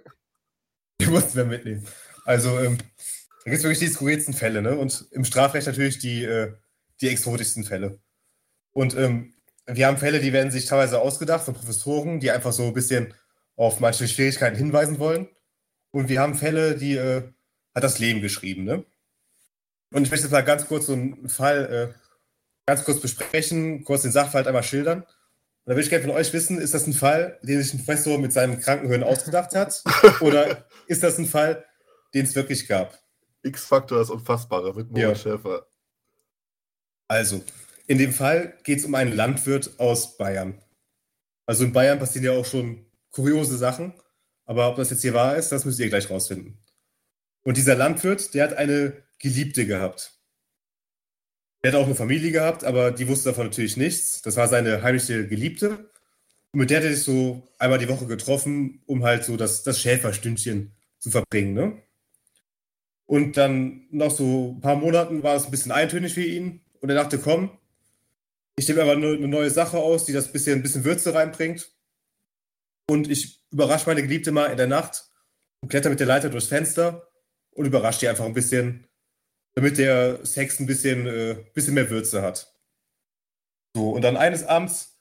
[LAUGHS] Die mussten wir mitnehmen. Also, ähm, da gibt es wirklich die skurrilsten Fälle, ne? Und im Strafrecht natürlich die, äh, die exotischsten Fälle. Und ähm, wir haben Fälle, die werden sich teilweise ausgedacht von Professoren, die einfach so ein bisschen auf manche Schwierigkeiten hinweisen wollen. Und wir haben Fälle, die äh, hat das Leben geschrieben, ne? Und ich möchte jetzt mal ganz kurz so einen Fall äh, ganz kurz besprechen, kurz den Sachverhalt einmal schildern. Und da würde ich gerne von euch wissen, ist das ein Fall, den sich ein Professor mit seinem Krankenhirn ausgedacht hat? Oder ist das ein Fall, den es wirklich gab? X-Faktor ist unfassbarer mit Moritz Ja. Schäfer. Also, in dem Fall geht es um einen Landwirt aus Bayern. Also in Bayern passieren ja auch schon kuriose Sachen, aber ob das jetzt hier wahr ist, das müsst ihr gleich rausfinden. Und dieser Landwirt, der hat eine Geliebte gehabt. Der hat auch eine Familie gehabt, aber die wusste davon natürlich nichts. Das war seine heimliche Geliebte. Und mit der hat er sich so einmal die Woche getroffen, um halt so das, das Schäferstündchen zu verbringen. Ne? Und dann nach so ein paar Monaten war es ein bisschen eintönig für ihn. Und er dachte, komm, ich nehme einfach nur eine neue Sache aus, die das bisschen, ein bisschen Würze reinbringt. Und ich überrasche meine Geliebte mal in der Nacht und kletter mit der Leiter durchs Fenster und überrasche die einfach ein bisschen, damit der Sex ein bisschen, äh, bisschen mehr Würze hat. So, und dann eines Abends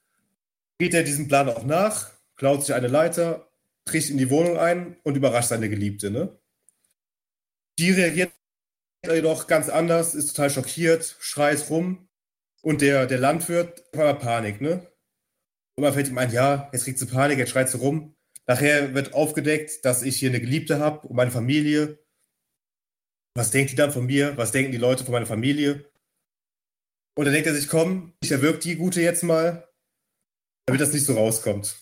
geht er diesem Plan auch nach, klaut sich eine Leiter, bricht in die Wohnung ein und überrascht seine Geliebte, ne? Die reagiert jedoch ganz anders, ist total schockiert, schreit rum. Und der, der Landwirt hat aber Panik, ne? Und man fällt ihm ein, ja, jetzt kriegt sie Panik, jetzt schreit sie rum. Nachher wird aufgedeckt, dass ich hier eine Geliebte habe und meine Familie. Was denkt die dann von mir? Was denken die Leute von meiner Familie? Und dann denkt er sich, komm, ich erwürg die Gute jetzt mal, damit das nicht so rauskommt.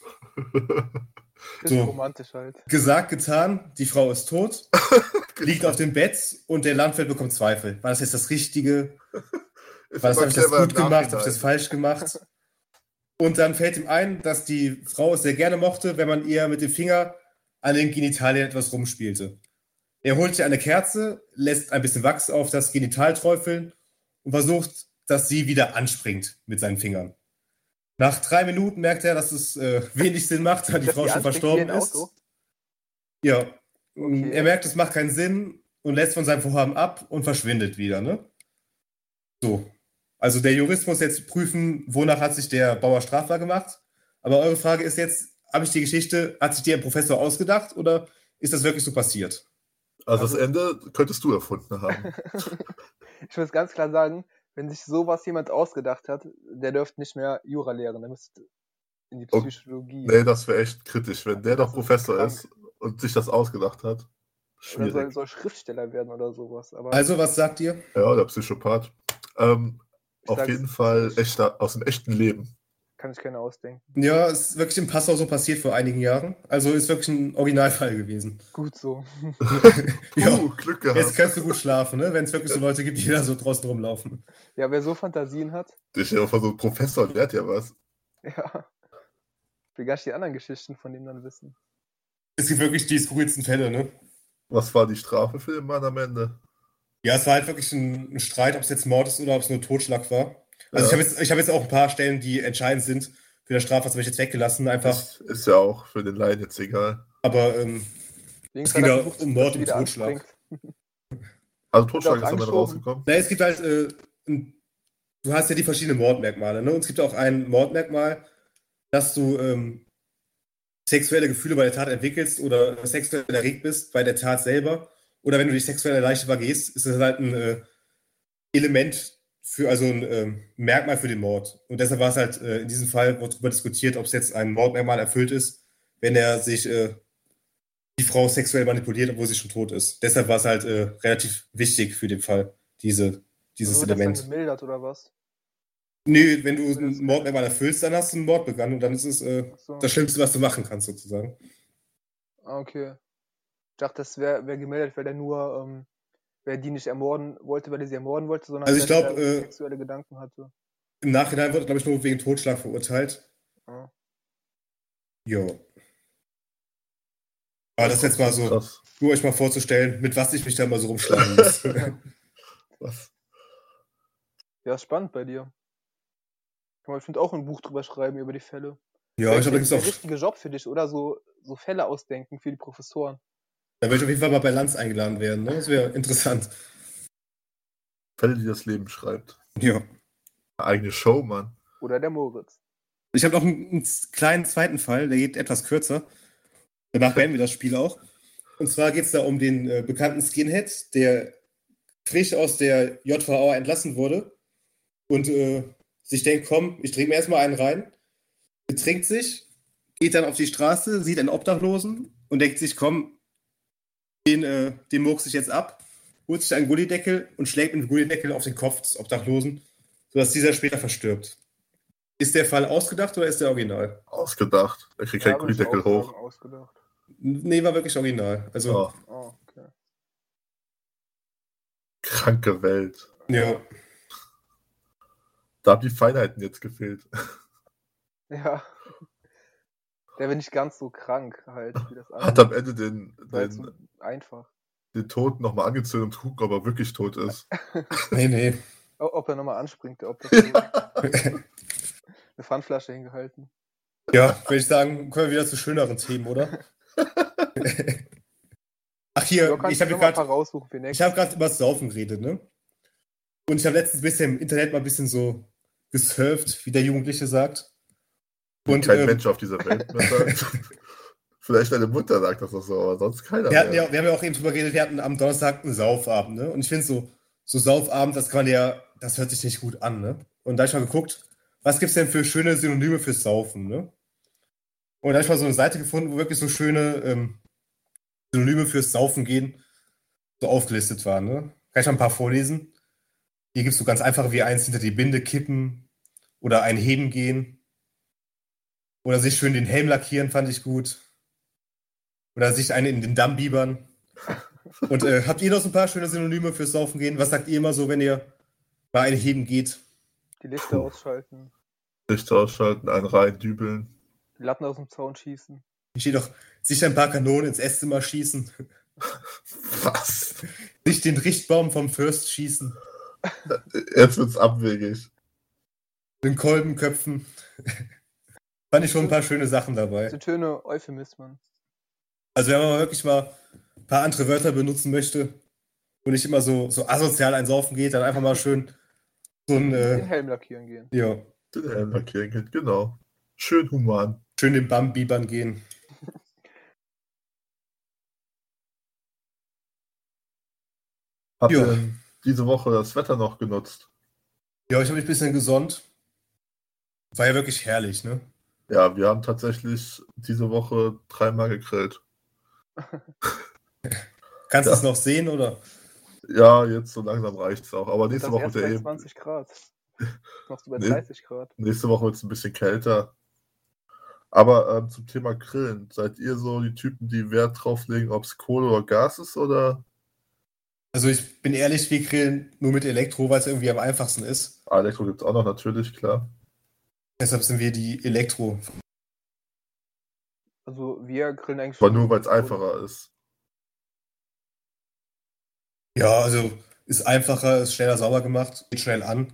Bisschen So. romantisch halt. [LAUGHS] Gesagt, getan, die Frau ist tot liegt auf dem Bett und der Landwirt bekommt Zweifel. War das jetzt das Richtige? Ist War das, immer habe ich das clever im gut gemacht? Habe ich das Nachhinein. falsch gemacht? Und dann fällt ihm ein, dass die Frau es sehr gerne mochte, wenn man ihr mit dem Finger an den Genitalien etwas rumspielte. Er holt sich eine Kerze, lässt ein bisschen Wachs auf das Genital träufeln und versucht, dass sie wieder anspringt mit seinen Fingern. Nach drei Minuten merkt er, dass es äh, wenig Sinn macht, da die Dass Frau die schon anspringt wie ein verstorben ist. Auto? Ja. Und Okay. Er merkt, es macht keinen Sinn und lässt von seinem Vorhaben ab und verschwindet wieder, ne? So. Also der Jurist muss jetzt prüfen, wonach hat sich der Bauer strafbar gemacht. Aber eure Frage ist jetzt, habe ich die Geschichte, hat sich die ein Professor ausgedacht oder ist das wirklich so passiert? Also das Also- Ende könntest du erfunden haben. [LAUGHS] Ich will es ganz klar sagen, wenn sich sowas jemand ausgedacht hat, der dürfte nicht mehr Jura lehren, der müsste in die Oh, Psychologie. nee, das wäre echt kritisch. Wenn der Das doch ist Professor krank. ist und sich das ausgedacht hat. oder soll, Schwierig. soll Schriftsteller werden oder sowas. Aber Also, was sagt ihr? Ja, der Psychopath. Ähm, ich auf sag's, jeden Fall echter, aus dem echten Leben. kann ich keiner ausdenken. Ja, ist wirklich in Passau so passiert vor einigen Jahren. Also ist wirklich ein Originalfall gewesen. Gut so. ja, Uh, Glück gehabt. jetzt kannst du gut schlafen, ne? wenn es wirklich so Leute gibt, die da so draußen rumlaufen. Ja, wer so Fantasien hat, [LAUGHS] Ich ja von so einem Professor lernt ja was. ja. Ich will gar nicht die anderen Geschichten von denen dann wissen. Es gibt wirklich die skurrilsten Fälle, ne? Was war die Strafe für den Mann am Ende? Ja, es war halt wirklich ein, ein Streit, ob es jetzt Mord ist oder ob es nur Totschlag war. Also ich Ja. habe jetzt, ich hab jetzt auch ein paar Stellen, die entscheidend sind für das Strafmaß, habe ich jetzt weggelassen einfach. Das ist ja auch für den Laien jetzt egal. Aber ähm, Links ging hat er ja versucht, um dass Mord sie und wieder Totschlag. anspringt. Also Totschlag auch ist am Ende angeschoben. rausgekommen. na, es gibt halt, äh, ein, du hast ja die verschiedenen Mordmerkmale, ne? Und es gibt auch ein Mordmerkmal, dass du ähm, sexuelle Gefühle bei der Tat entwickelst oder sexuell erregt bist bei der Tat selber. Oder wenn du dich sexuell leicht übergehst, ist das halt ein äh, Element für, also ein ähm, Merkmal für den Mord. Und deshalb war es halt äh, in diesem Fall, wurde darüber diskutiert, ob es jetzt ein Mordmerkmal erfüllt ist, wenn er sich äh, die Frau sexuell manipuliert, obwohl sie schon tot ist. Deshalb war es halt äh, relativ wichtig für den Fall, diese, dieses Nur, dass er Element. gemildert oder was? Nee, wenn du einen Mord einmal erfüllst, dann hast du einen Mord begangen und dann ist es äh, Ach so. das Schlimmste, was du machen kannst, sozusagen. Ah, okay. Ich dachte, das wäre wär gemeldet, weil der nur, ähm, wer die nicht ermorden wollte, weil er sie ermorden wollte, sondern Also ich weil der glaub, äh, sexuelle Gedanken hatte. Im Nachhinein wurde, glaube ich, nur wegen Totschlag verurteilt. Ah. Jo. Aber das jetzt mal so, Krass. nur euch mal vorzustellen, mit was ich mich da mal so rumschlagen muss. Was? Ja, ist spannend bei dir. Kann man bestimmt auch ein Buch drüber schreiben, über die Fälle. ja, ich habe Vielleicht übrigens ist das auch der richtige Job für dich, oder? So, so Fälle ausdenken für die Professoren. Da werde ich auf jeden Fall mal bei Lanz eingeladen werden. Ne? Das wäre interessant. Fälle, die das Leben schreibt. Ja. Eine eigene Show, Mann. Oder der Moritz. Ich habe noch einen, einen kleinen zweiten Fall, der geht etwas kürzer. Danach beenden wir das Spiel auch. Und zwar geht es da um den äh, bekannten Skinhead, der frisch aus der JVA entlassen wurde und äh, sich denkt, komm, ich trinke mir erstmal einen rein. Betrinkt sich, geht dann auf die Straße, sieht einen Obdachlosen und denkt sich, komm, den, äh, den murks ich jetzt ab, holt sich einen Gullideckel und schlägt mit dem Gullideckel auf den Kopf des Obdachlosen, sodass dieser später verstirbt. Ist der Fall ausgedacht oder ist der original? Ausgedacht. Er kriegt keinen Da hab ich Gullideckel auch Sachen hoch. Ausgedacht. Nee, war wirklich original. Also, Oh, Ah, okay. [LAUGHS] kranke Welt. ja. Da haben die Feinheiten jetzt gefehlt. Ja. Der bin ich ganz so krank halt, wie das Hat am Ende den, Das war jetzt so den, einfach. den Toten nochmal angezündet, um zu gucken, ob er wirklich tot ist. Nee, nee. [LAUGHS] O- Ob er nochmal anspringt, ob das so eine Pfandflasche hingehalten. ja, würde ich sagen, kommen wir wieder zu schöneren Themen, oder? [LAUGHS] Ach hier, Ja, kann ich habe noch mal ein gerade paar raussuchen für Ich nächstes. habe gerade über das Saufen geredet, ne? Und ich habe letztens ein bisschen im Internet mal ein bisschen so gesurft, wie der Jugendliche sagt. [LAUGHS] Und Kein ähm, Mensch auf dieser Welt mehr [LAUGHS] sagt. Vielleicht deine Mutter sagt das noch so, aber sonst keiner. wir, hatten mehr. ja, wir haben ja auch eben drüber geredet, wir hatten am Donnerstag einen Saufabend, ne? Und ich finde so, so Saufabend, das kann man ja, das hört sich nicht gut an, ne? Und da hab ich mal geguckt, was gibt's denn für schöne Synonyme fürs Saufen, ne? Und da hab ich mal so eine Seite gefunden, wo wirklich so schöne ähm, Synonyme fürs Saufen gehen so aufgelistet waren, ne? Kann ich mal ein paar vorlesen? Hier gibt's so ganz einfache wie eins hinter die Binde kippen oder ein Heben gehen. Oder sich schön den Helm lackieren, fand ich gut. Oder sich eine in den Damm biebern. Und äh, habt ihr noch so ein paar schöne Synonyme fürs Saufen gehen? Was sagt ihr immer so, wenn ihr mal eine heben geht? Die Lichter ausschalten, Licht ausschalten, einen rein dübeln. die Latten aus dem Zaun schießen. Hier steht doch, sich ein paar Kanonen ins Esszimmer schießen, Was? sich den Richtbaum vom Fürst schießen, Jetzt wird's abwegig. den Kolben köpfen. [LAUGHS] Fand ich schon ein paar schöne Sachen dabei. Das sind schöne Euphemismen. Also wenn man mal wirklich mal ein paar andere Wörter benutzen möchte und nicht immer so, so asozial ein Saufen geht, dann einfach mal schön so ein, Den äh, Helm lackieren gehen. ja, Den Helm markieren geht, genau. Schön human. schön den Bamm biebern gehen. Habt Ja. ihr denn diese Woche das Wetter noch genutzt? Ja, ich habe mich ein bisschen gesonnt. War ja wirklich herrlich, ne? Ja, wir haben tatsächlich diese Woche dreimal gegrillt. Kannst du Ja. es noch sehen oder? Ja, jetzt so langsam reicht's auch. Aber Und nächste das Woche, erst wird ja bei eben, 20 Grad. [LAUGHS] Das machst du bei Nee. 30 Grad. nächste Woche wird's ein bisschen kälter. Aber ähm, zum Thema Grillen, seid ihr so die Typen, die Wert drauf legen, ob's Kohle oder Gas ist oder Also ich bin ehrlich, wir grillen nur mit Elektro, weil es irgendwie am einfachsten ist. Ah, Elektro gibt's auch noch natürlich, klar. Deshalb sind wir die Elektro. Also wir grillen eigentlich Aber schon nur weil's ohne- einfacher ist. Ja, also ist einfacher, ist schneller sauber gemacht, geht schnell an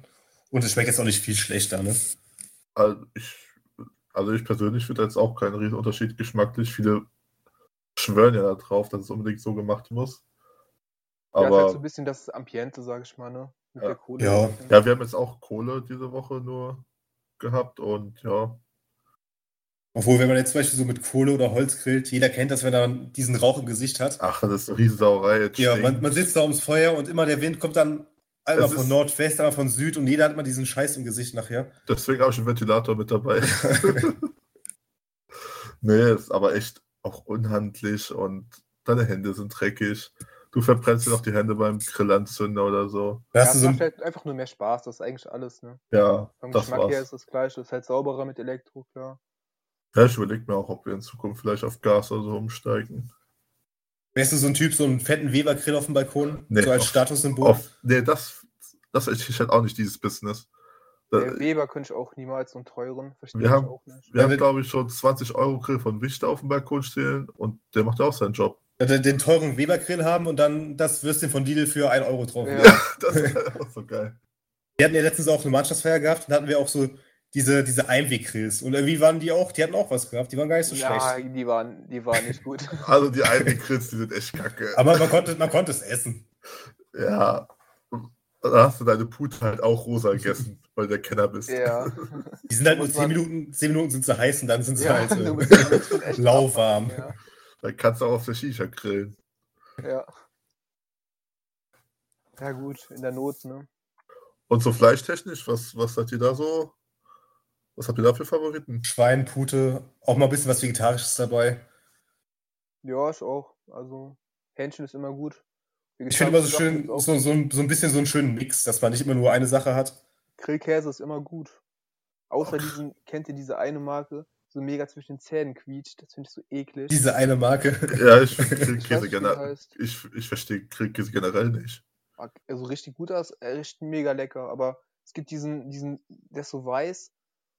und es schmeckt jetzt auch nicht viel schlechter, ne? Also ich, also ich persönlich finde jetzt auch keinen riesen Unterschied geschmacklich. Viele schwören ja darauf, dass es unbedingt so gemacht muss. Ja, ist Aber ja, halt so ein bisschen das Ambiente, sag ich mal, ne? Mit Ja. der Kohle. Ja. wir haben jetzt auch Kohle diese Woche nur gehabt und ja, Obwohl, wenn man jetzt zum Beispiel so mit Kohle oder Holz grillt, jeder kennt das, wenn er dann diesen Rauch im Gesicht hat. ach, das ist eine Riesensauerei. Jetzt Ja, stinkt. man, man sitzt da ums Feuer und immer der Wind kommt dann einmal Es von ist- Nordwest, einmal von Süd und jeder hat immer diesen Scheiß im Gesicht nachher. Deswegen habe ich einen Ventilator [LAUGHS] mit dabei. [LAUGHS] nee, ist aber echt auch unhandlich und deine Hände sind dreckig. Du verbrennst dir noch die Hände beim Grillanzünder oder so. Da ja, hast du es so macht ein, halt einfach nur mehr Spaß, das ist eigentlich alles, ne? Ja, Vom das Geschmack her war's. ist das gleiche, ist halt sauberer mit Elektro, klar. Ja, ich überlege mir auch, ob wir in Zukunft vielleicht auf Gas oder so umsteigen. wärst du so ein Typ, so einen fetten Weber-Grill auf dem Balkon, Nee, so als auf- Statussymbol? Auf, nee, das, das ich halt auch nicht, dieses Business. Da, Der Weber könnte ich auch niemals so einen teuren, verstehe Wir ich haben- auch nicht. wir haben, wenn- glaube ich, schon 20 Euro Grill von Wichter auf dem Balkon stehen und der macht ja auch seinen Job. [LAUGHS] Den den teuren Weber-Grill haben und dann das Würstchen von Lidl für 1 Euro drauf. Ja. Das ist halt auch so geil. Wir hatten ja letztens auch eine Mannschaftsfeier gehabt und da hatten wir auch so diese, diese Einweggrills. Und irgendwie waren die auch, die hatten auch was gehabt, die waren gar nicht so Ja, schlecht. die waren, die waren nicht gut. [LAUGHS] Also die Einweggrills, die sind echt kacke. Aber man konnte, man konnte es essen. ja. Da hast du deine Pute halt auch rosa gegessen, weil der Kenner bist. ja. Die sind halt nur Muss 10 man- Minuten, 10 Minuten sind sie heiß und dann sind sie ja, [LAUGHS] halt du äh, bist, du bist [LAUGHS] schon echt lauwarm. Ja, Dann kannst du auch auf der Shisha grillen. ja. ja, gut, in der Not, ne? Und so fleischtechnisch, was, was seid ihr da so? Was habt ihr da für Favoriten? Schwein, Pute, auch mal ein bisschen was Vegetarisches dabei. Ja, ich auch. Also, Hähnchen ist immer gut. Ich finde immer so Vegetarische schön, Sachen ist so, so, ein- so ein bisschen so einen schönen Mix, dass man nicht immer nur eine Sache hat. auch- Grillkäse ist immer gut. Außer diesen, kennt ihr diese eine Marke, so mega zwischen den Zähnen quietscht. Das finde ich so eklig. Diese eine Marke. Ja, [LAUGHS] ich finde Ich weiß Grillkäse nicht, wie die generell. heißt. Ich, ich verstehe Grillkäse generell nicht. also richtig gut aus, äh, richtig mega lecker, aber es gibt diesen, diesen, der ist so weiß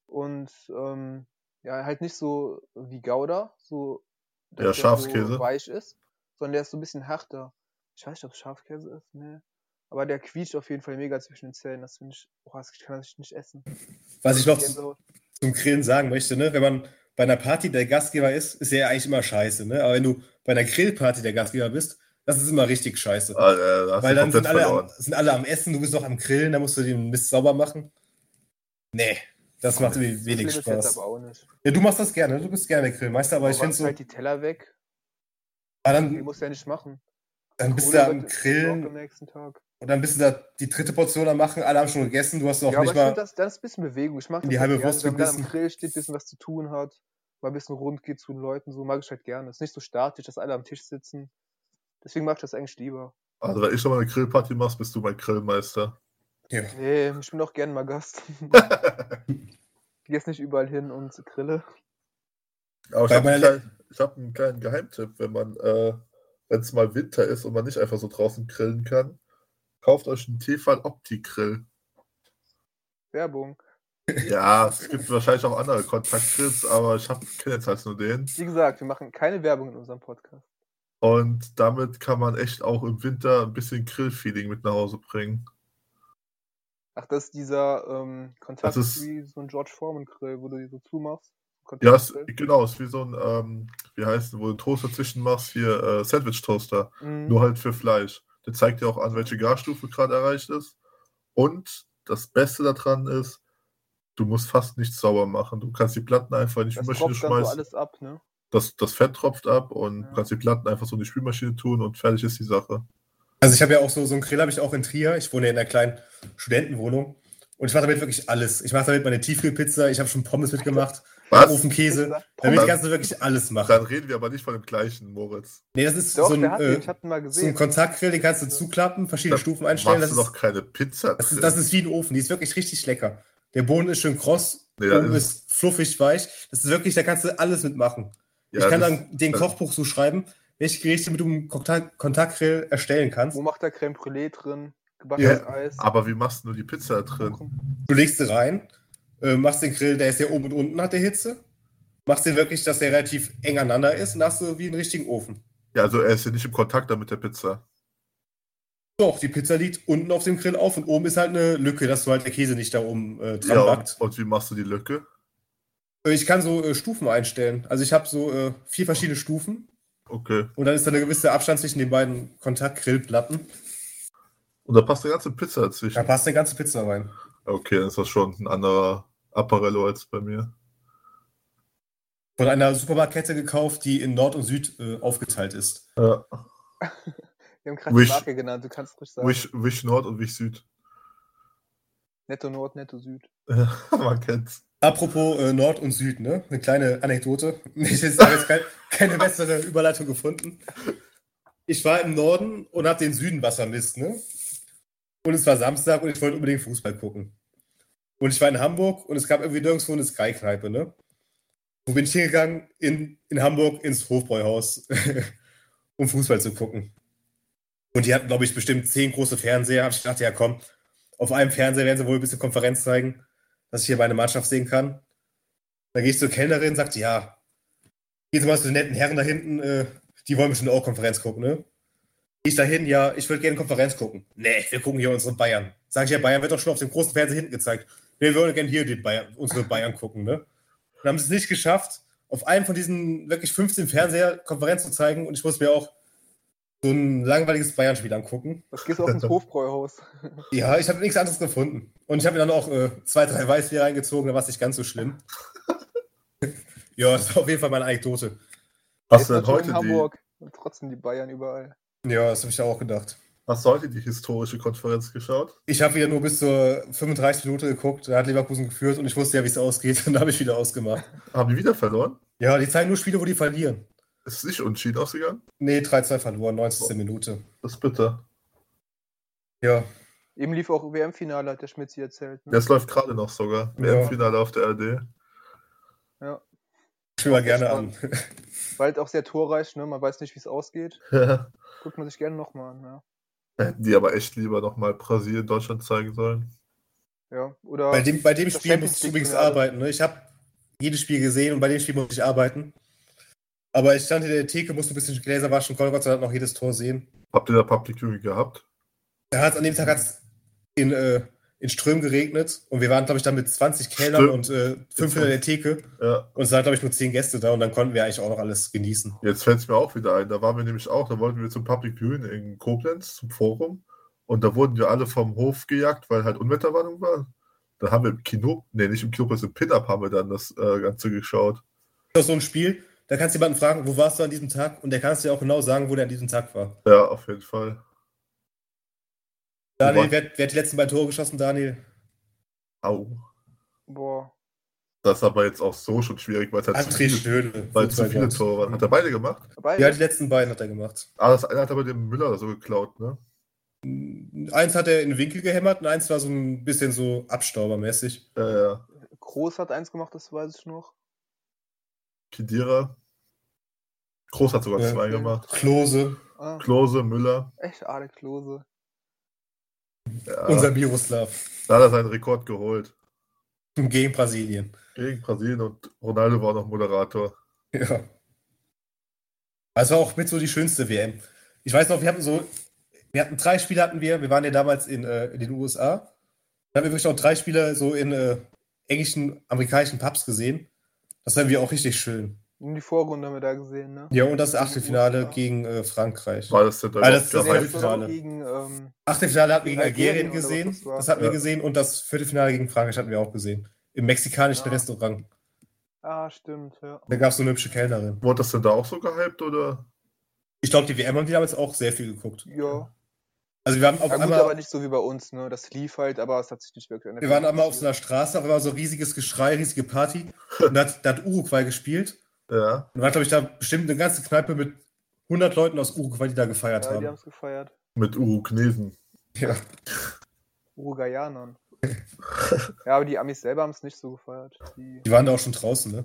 und ähm, ja, halt nicht so wie Gouda, so dass Ja, der Schafskäse. so weich ist, sondern der ist so ein bisschen harter. Ich weiß nicht, ob es Schafskäse ist, ne. Aber der quietscht auf jeden Fall mega zwischen den Zähnen. Das finde ich, boah, das kann ich nicht essen. Was ich noch zu- Gänsehaut. zum Grillen sagen möchte, ne? wenn man bei einer Party der Gastgeber ist, ist ja eigentlich immer scheiße. Ne? Aber wenn du bei einer Grillparty der Gastgeber bist, das ist immer richtig scheiße. Ah, äh, da hast Weil du dann komplett sind alle, verloren. am, sind alle am Essen, du bist noch am Grillen, da musst du den Mist sauber machen. Nee, das macht irgendwie Schlimm wenig ist jetzt Spaß. aber auch nicht. Ja, du machst das gerne, du bist gerne der Grillmeister, aber ich Aber finde so, halt die Teller weg. ah, Die dann, musst du ja nicht machen. dann bist du Oder da am wird- auch am Grillen nächsten Tag. und dann bist du da die dritte Portion am Machen, alle haben schon gegessen, du hast noch ja, aber nicht ich finde, mal. das, das ist ein bisschen Bewegung. Ich mag in das die halt halbe gerne, Wurst wenn man dann am gebissen. Grill steht, bisschen was zu tun hat, mal ein bisschen rund geht zu den Leuten, so mag ich halt gerne. Ist nicht so statisch, dass alle am Tisch sitzen. Deswegen mag ich das eigentlich lieber. Also, wenn ich nochmal eine Grillparty machst, bist du mein Grillmeister. Ja. Nee, ich bin auch gerne [LAUGHS] mal Gast. ich geh jetzt nicht überall hin und grille. Aber ich Bei habe einen, meiner kleinen- ich hab einen kleinen Geheimtipp, wenn man, äh, wenn es mal Winter ist und man nicht einfach so draußen grillen kann, kauft euch einen Tefal Opti-Grill. Werbung. Ja, es gibt wahrscheinlich auch andere Kontaktgrills, aber ich kenne jetzt halt nur den. Wie gesagt, wir machen keine Werbung in unserem Podcast. Und damit kann man echt auch im Winter ein bisschen Grillfeeling mit nach Hause bringen. Ach, das ist dieser ähm, Kontakt Das ist- wie so ein George Foreman Grill, wo du die so zumachst. Ja, ist, Kontaktgrill. genau, ist wie so ein, ähm, wie heißt es, wo du einen Toast dazwischen machst, hier äh, Sandwich-Toaster. Mhm. nur halt für Fleisch. Der zeigt dir auch an, welche Garstufe gerade erreicht ist. Und das Beste daran ist, du musst fast nichts sauber machen. Du kannst die Platten einfach in die das Spülmaschine tropft dann so schmeißen. alles ab, ne? das, das Fett tropft ab und Ja. du kannst die Platten einfach so in die Spülmaschine tun und fertig ist die Sache. Also ich habe ja auch so, so einen Grill habe ich auch in Trier. Ich wohne ja in einer kleinen Studentenwohnung. Und ich mache damit wirklich alles. Ich mache damit meine Tiefkühlpizza, ich habe schon Pommes mitgemacht, Was? Ofenkäse. Pizza. Damit Pommes? kannst du wirklich alles Dann machen. reden wir aber nicht von dem gleichen, Moritz. Nee, das ist Doch, so ein, der hat äh, den, ich hab den so mal ein gesehen. Kontaktgrill, den kannst du zuklappen, verschiedene Da Stufen einstellen. Das Machst du ist, doch keine Pizza das, ist, drin. das ist wie ein Ofen, die ist wirklich richtig lecker. Der Boden ist schön kross, Nee, da oben ist- ist fluffig weich. Das ist wirklich, da kannst du alles mitmachen. Ja, ich kann das- dann den das- Kochbuch so schreiben, welche Gerichte mit einem Kontakt Kontaktgrill erstellen kannst. Wo macht er Creme Brûlée drin? Gebackenes Ja, Eis. Aber wie machst du die Pizza da drin? Kuchen. Du legst sie rein, äh, machst den Grill, der ist ja oben und unten, hat der Hitze. Machst den wirklich, dass der relativ eng aneinander ist und hast du wie einen richtigen Ofen. Ja, also er ist ja nicht im Kontakt da mit der Pizza. Doch, die Pizza liegt unten auf dem Grill auf und oben ist halt eine Lücke, dass du halt der Käse nicht da oben äh, dran Ja, und, backt. und wie machst du die Lücke? Äh, Ich kann so äh, Stufen einstellen. Also ich habe so äh, vier verschiedene Stufen Okay. und dann ist da eine gewisse Abstand zwischen den beiden Kontaktgrillplatten. Und da passt die ganze Pizza dazwischen. Da passt eine ganze Pizza rein. Okay, dann ist das schon ein anderer Apparello als bei mir. Von einer Supermarktkette gekauft, die in Nord und Süd äh, aufgeteilt ist. Ja. Wir haben gerade die Wish- Marke genannt, du kannst ruhig sagen. Wish, Wish Nord und Wish Süd. [LAUGHS] Netto Nord, Netto Süd. Man kennt's. Apropos äh, Nord und Süd, ne? [LAUGHS] Eine kleine Anekdote. Ich habe jetzt kein, keine bessere Überleitung gefunden. ich war im Norden und hatte den Süden Wassermist, ne? Und es war Samstag und ich wollte unbedingt Fußball gucken. Und ich war in Hamburg und es gab irgendwie nirgendwo eine Sky-Kneipe, ne? Wo bin ich hingegangen? In, in Hamburg ins Hofbräuhaus, [LAUGHS] um Fußball zu gucken. Und die hatten, glaube ich, bestimmt zehn große Fernseher. Ich dachte, ja komm, auf einem Fernseher werden sie wohl ein bisschen Konferenz zeigen, dass ich hier meine Mannschaft sehen kann. Dann gehe ich zur Kellnerin, sagt, ja, geht mal zu den netten Herren da hinten, äh, die wollen bestimmt auch Konferenz gucken, ne? Geh ich da hin, ja, ich würde gerne Konferenz gucken. Nee, wir gucken hier unsere Bayern. Sag ich ja, Bayern wird doch schon auf dem großen Fernseher hinten gezeigt. Nee, wir würden gerne hier die Bayern, unsere Bayern gucken, ne? Dann haben sie es nicht geschafft, auf einem von diesen wirklich 15 Fernseher Konferenz zu zeigen und ich muss mir auch so ein langweiliges Bayern-Spiel angucken. Das gehst du auf ins Hofbräuhaus. Ja, ich habe nichts anderes gefunden. Und ich habe mir dann auch äh, zwei, drei Weißbier reingezogen, da war es nicht ganz so [LAUGHS] schlimm. ja, das war auf jeden Fall meine Anekdote. Hast du denn heute in Hamburg und trotzdem die Bayern überall. Ja, das habe ich auch gedacht. Hast du heute die historische Konferenz geschaut? Ich habe wieder nur bis zur 35 Minute geguckt, da hat Leverkusen geführt und ich wusste ja, wie es ausgeht. [LAUGHS] Und da habe ich wieder ausgemacht. Haben die wieder verloren? Ja, die zeigen nur Spiele, wo die verlieren. Ist es nicht unentschieden ausgegangen? Nee, 3-2 verloren, 90. Minute. Das ist bitter. Ja. Eben lief auch WM-Finale, hat der Schmitzi erzählt. Ne? Das läuft gerade noch sogar. Ja. WM-Finale auf der RD. Ja. Ich will mal gerne an. War halt auch sehr torreich, ne? Man weiß nicht, wie es ausgeht. Guckt man sich gerne nochmal an, ja. [LAUGHS] Hätten die aber echt lieber nochmal Brasilien, Deutschland zeigen sollen. ja. Oder Bei dem, bei dem Das Spiel musst Champions du League übrigens Finale. arbeiten. Ne? Ich habe jedes Spiel gesehen und bei dem Spiel musste ich arbeiten. Aber ich stand in der Theke, musste ein bisschen Gläser waschen, konnte Gott sei Dank noch jedes Tor sehen. Habt ihr da Public Viewing gehabt? Da hat's, an dem Tag hat es in, äh, in Ström geregnet und wir waren, glaube ich, dann mit 20 Kellnern Ström. und äh, 5 in der Theke Ja. und es waren, glaube ich, nur 10 Gäste da und dann konnten wir eigentlich auch noch alles genießen. Jetzt fällt es mir auch wieder ein. Da waren wir nämlich auch, da wollten wir zum Public Viewing in Koblenz, zum Forum. Und da wurden wir alle vom Hof gejagt, weil halt Unwetterwarnung war. Da haben wir im Kino, nee, nicht im Kino, also im Pin-Up haben wir dann das äh, Ganze geschaut. Das ist so ein Spiel, da kannst du jemanden fragen, wo warst du an diesem Tag und der kannst dir auch genau sagen, wo der an diesem Tag war. Ja, auf jeden Fall. Daniel, Wobei- wer, wer hat die letzten beiden Tore geschossen, Daniel? Au. boah, Das ist aber jetzt auch so schon schwierig, weil es halt zu André viele, Schöne. weil zu viele Tore waren. Hat er beide gemacht? dabei Ja, die letzten beiden hat er gemacht. Ah, das eine hat er bei dem Müller oder so geklaut, ne? Eins hat er in den Winkel gehämmert und eins war so ein bisschen so abstaubermäßig. Ja, ja. Groß hat eins gemacht, das weiß ich noch. Kedira. Groß hat sogar Ja. zwei gemacht. Klose, Ah, Klose, Müller. echt Arne Klose. Ja, unser Miroslav, da hat er seinen Rekord geholt. gegen Brasilien. Gegen Brasilien und Ronaldo war noch Moderator. Ja. Das war auch mit so die schönste WM. Ich weiß noch, wir hatten so, wir hatten drei Spiele hatten wir, wir waren ja damals in, äh, in den USA. Da haben wir wirklich auch drei Spiele so in äh, englischen, amerikanischen Pubs gesehen. Das fanden wir auch richtig schön. In die Vorrunde haben wir da gesehen, ne? Ja, und das Achtelfinale gegen äh, Frankreich. War das denn da Ah, das ist Nee, das überhaupt das geheim? war doch Halbfinale. gegen, ähm, Achtelfinale hatten wir gegen Gegen Algerien Algerien oder was gesehen, das war. das hatten wir Ja. gesehen und das Viertelfinale gegen Frankreich hatten wir auch gesehen. Im mexikanischen Ja. Restaurant. ah, stimmt, ja. Da gab es so eine hübsche Kellnerin. Wurde das denn da auch so gehypt oder? Ich glaube, die WM haben die damals auch sehr viel geguckt. Ja, Also wir haben auf ja gut, einmal, aber nicht so wie bei uns, ne? Das lief halt, aber es hat sich nicht wirklich wir waren einmal auf so einer Straße, auf einmal so riesiges Geschrei, riesige Party. Und da hat, da hat Uruguay gespielt. Ja. Und war, glaube ich, da bestimmt eine ganze Kneipe mit 100 Leuten aus Uruguay, die da gefeiert Ja, die haben haben. es gefeiert. Mit Uru Knesen. Ja. [LAUGHS] Uruguayanern. ja, aber die Amis selber haben es nicht so gefeiert. Die, Die waren da auch schon draußen, ne?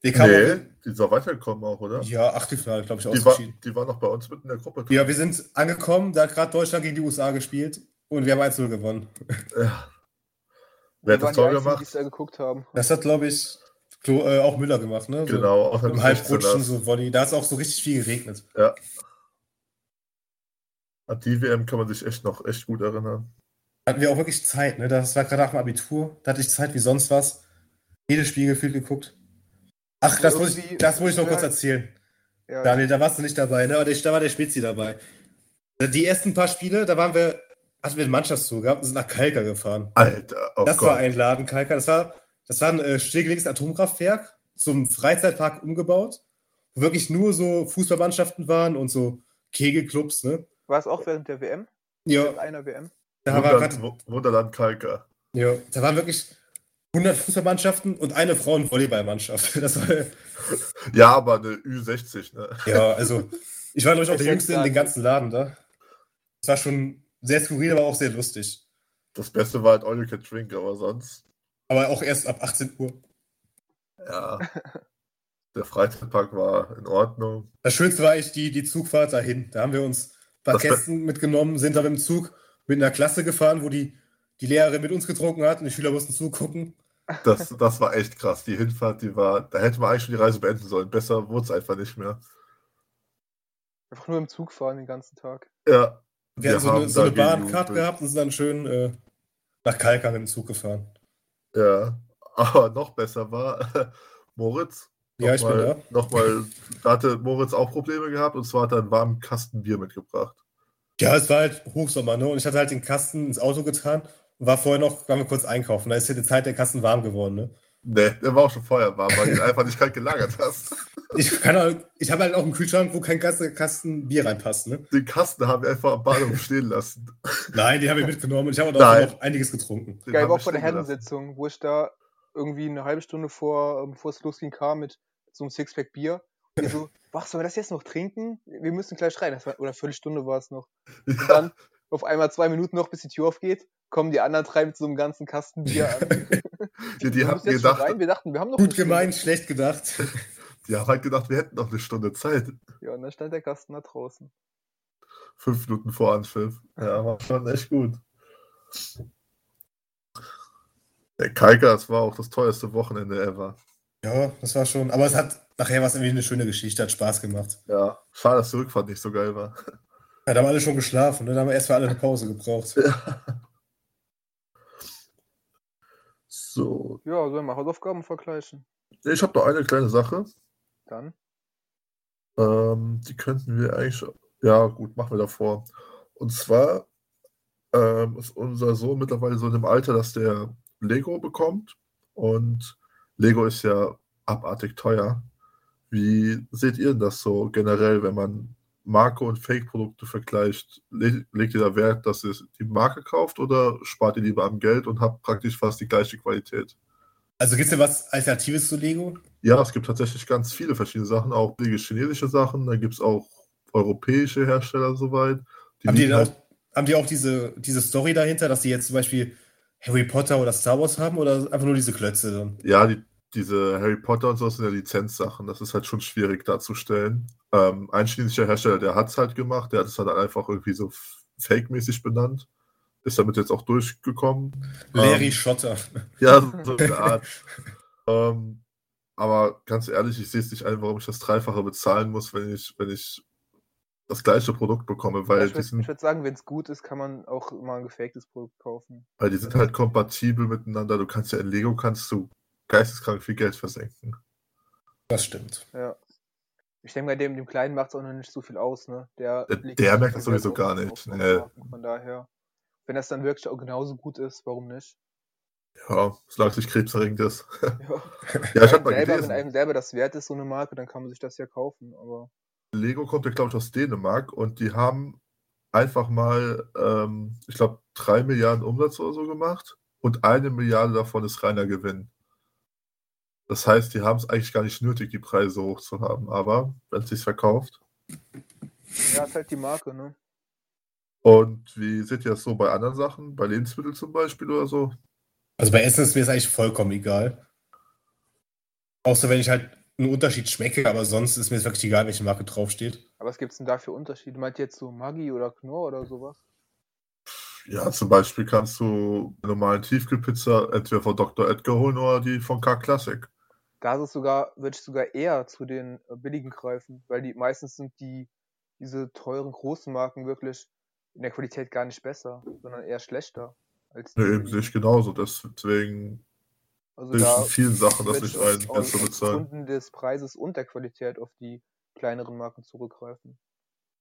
Wir Nee, kamen die sind auch weitergekommen auch, oder? auch, ja, Achtelfinale, glaube ich, Die, war, ausgeschieden. die waren noch bei uns mit in der Gruppe. Ja, wir sind angekommen, da hat gerade Deutschland gegen die USA gespielt und wir haben 1-0 gewonnen. Ja. die Wer hat waren die das Tor Einzigen, Die es gemacht? da geguckt haben. Das hat, glaube ich, Klo, äh, auch Müller gemacht, ne? So Genau, auch Im Halbrutschen, so Volley. Da hat es auch so richtig viel geregnet. An die WM kann man sich echt noch echt gut erinnern. Hatten wir auch wirklich Zeit, ne? Das war gerade nach dem Abitur. Da hatte ich Zeit wie sonst was. Jedes Spiel gefühlt geguckt. Ach, das muss ich, Irgendwie- das muss ich noch ja. kurz erzählen. Ja, Daniel, da warst du nicht dabei, ne? Aber der, da war der Spitzi dabei. Die ersten paar Spiele, da waren wir, hatten wir einen Mannschaftszug gehabt und sind nach Kalka gefahren. Alter, oh das Gott. war ein Laden, Kalka. Das war, das war ein äh, stillgelegtes Atomkraftwerk, zum Freizeitpark umgebaut, wo wirklich nur so Fußballmannschaften waren und so Kegelclubs, ne? War es auch während der WM? Ja, Während einer WM? da war grad, Wunderland, Wu- Wunderland Kalka. Ja, da waren wirklich 100 Fußballmannschaften und eine [LAUGHS] Frauen-Volleyballmannschaft. Das war, Ja, aber eine Ü60, ne? ja, also Ich war, glaube ich, auch Ich der würd Jüngste in sagen- den ganzen Laden da. Es war schon sehr skurril, aber auch sehr lustig. Das Beste war halt All You Can Drink, aber sonst. Aber auch erst ab 18 Uhr. [LAUGHS] Ja. Der Freizeitpark war in Ordnung. Das Schönste war eigentlich die, die Zugfahrt dahin. Da haben wir uns ein paar Das war- Kästen mitgenommen, sind da mit dem Zug mit einer Klasse gefahren, wo die, die Lehrerin mit uns getrunken hat und die Schüler mussten zugucken. Das, das war echt krass. Die Hinfahrt, die war. Da hätte man eigentlich schon die Reise beenden sollen. Besser wurde es einfach nicht mehr. Einfach nur im Zug fahren den ganzen Tag. Ja. Wir, hatten so haben eine, so eine da Bahncard gejubelt. gehabt und sind dann schön äh, nach Kalkar mit dem Zug gefahren. Ja. [LAUGHS] Aber noch besser war [LAUGHS] Moritz. Ja, ich bin nochmal- da. Nochmal, da hatte Moritz auch Probleme gehabt und zwar hat er einen warmen Kasten Bier mitgebracht. Ja, es war halt Hochsommer, ne? Und ich hatte halt den Kasten ins Auto getan und war vorher noch, waren wir kurz einkaufen. Da ist ja die Zeit der Kasten warm geworden, ne? Ne, der war auch schon vorher warm, weil du ihn einfach nicht kalt gelagert hast. Ich, kann halt, ich habe halt auch einen Kühlschrank, wo kein Kasten, Kasten Bier reinpasst, ne? Den Kasten haben wir einfach am Bahnhof stehen lassen. Nein, die habe ich mitgenommen und ich habe auch Nein. noch einiges getrunken. Den Geil, haben war wir auch bei der stehen gelassen. Herrensitzung, wo ich da irgendwie eine halbe Stunde vor, ähm, bevor es losging, kam mit so einem Sixpack Bier. Und ihr so, was, sollen wir das jetzt noch trinken? Wir müssen gleich rein. Das war, oder eine Viertelstunde war es noch. Und Ja, dann auf einmal zwei Minuten noch, bis die Tür aufgeht, kommen die anderen drei mit so einem ganzen Kasten Bier [LAUGHS] an. die, Wir die, haben müssen jetzt schon gedacht, rein. Wir dachten, wir haben noch eine Gut Stunde. gemeint, schlecht gedacht. die haben halt gedacht, wir hätten noch eine Stunde Zeit. Ja, und dann stand der Kasten da draußen. Fünf Minuten vor Anpfiff. Ja, war schon echt gut. Der Kalker, das war auch das teuerste Wochenende ever. Ja, das war schon. Aber es hat nachher was irgendwie eine schöne Geschichte, hat Spaß gemacht. Ja. Schade, dass die Rückfahrt nicht so geil war. Ja, da haben alle schon geschlafen, ne? Da haben wir erstmal alle eine Pause gebraucht. So, Ja, sollen wir mal Hausaufgaben vergleichen? Ich habe noch eine kleine Sache. Dann. Ähm, die könnten wir eigentlich. Ja, gut, machen wir davor. Und zwar ähm, ist unser Sohn mittlerweile so in dem Alter, dass der Lego bekommt. Und Lego ist ja abartig teuer. Wie seht ihr das so generell, wenn man Marke und Fake-Produkte vergleicht? Le legt ihr da Wert, dass ihr die Marke kauft oder spart ihr lieber am Geld und habt praktisch fast die gleiche Qualität? Also gibt es denn was Alternatives zu Lego? Ja, es gibt tatsächlich ganz viele verschiedene Sachen, auch billige chinesische Sachen, dann gibt es auch europäische Hersteller soweit. Die haben, die bieten denn auch, halt, haben die auch diese, diese Story dahinter, dass die jetzt zum Beispiel Harry Potter oder Star Wars haben oder einfach nur diese Klötze? Dann? ja, die, diese Harry Potter und so das sind ja Lizenzsachen, das ist halt schon schwierig darzustellen. Ähm, ein chinesischer Hersteller, der hat es halt gemacht, der hat es halt einfach irgendwie so f- fake-mäßig benannt, ist damit jetzt auch durchgekommen. Larry Ähm, Schotter. Ja, so eine Art. [LAUGHS] ähm, aber ganz ehrlich, ich sehe es nicht ein, warum ich das Dreifache bezahlen muss, wenn ich, wenn ich das gleiche Produkt bekomme, weil ich die würde sind würd sagen, wenn es gut ist, kann man auch mal ein gefaktes Produkt kaufen. Weil die sind halt kompatibel miteinander. Du kannst ja in Lego kannst du geisteskrank viel Geld versenken. Das stimmt. Ja. Ich denke, bei dem, dem Kleinen macht es auch noch nicht so viel aus, ne? Der, Der- legt der nicht merkt so das viel Wert sowieso auf- gar nicht, auf ne. Marken, Von daher. Wenn das dann wirklich auch genauso gut ist, warum nicht? Ja, solange es nicht krebserregend ist. Ja. [LAUGHS] ja, ich hab mal selber, wenn gelesen. einem selber das wert ist, so eine Marke, dann kann man sich das ja kaufen. Aber Lego kommt ja, glaube ich, aus Dänemark und die haben einfach mal, ähm, ich glaube, drei Milliarden Umsatz oder so gemacht und eine Milliarde davon ist reiner Gewinn. Das heißt, die haben es eigentlich gar nicht nötig, die Preise hoch zu haben. Aber wenn es sich verkauft, ja, ist halt die Marke, ne? und wie seht ihr das so bei anderen Sachen, bei Lebensmitteln zum Beispiel oder so? Also bei Essen ist mir das eigentlich vollkommen egal. Außer wenn ich halt einen Unterschied schmecke, aber sonst ist mir es wirklich egal, welche Marke draufsteht. Aber was gibt's denn da für Unterschiede? Meint ihr jetzt so Maggi oder Knorr oder sowas? Ja, zum Beispiel kannst du eine normale Tiefkühlpizza entweder von Dr. Edgar holen oder die von K Classic. Da ist es sogar, würde ich sogar eher zu den äh, billigen greifen, weil die meistens sind die, diese teuren großen Marken wirklich in der Qualität gar nicht besser, sondern eher schlechter. Als die Ne, eben billigen. sehe ich genauso. Deswegen Also sehe ich in vielen Sachen das wird nicht aus- ein, kannst du aus bezahlen. Gründen des Preises und der Qualität auf die kleineren Marken zurückgreifen.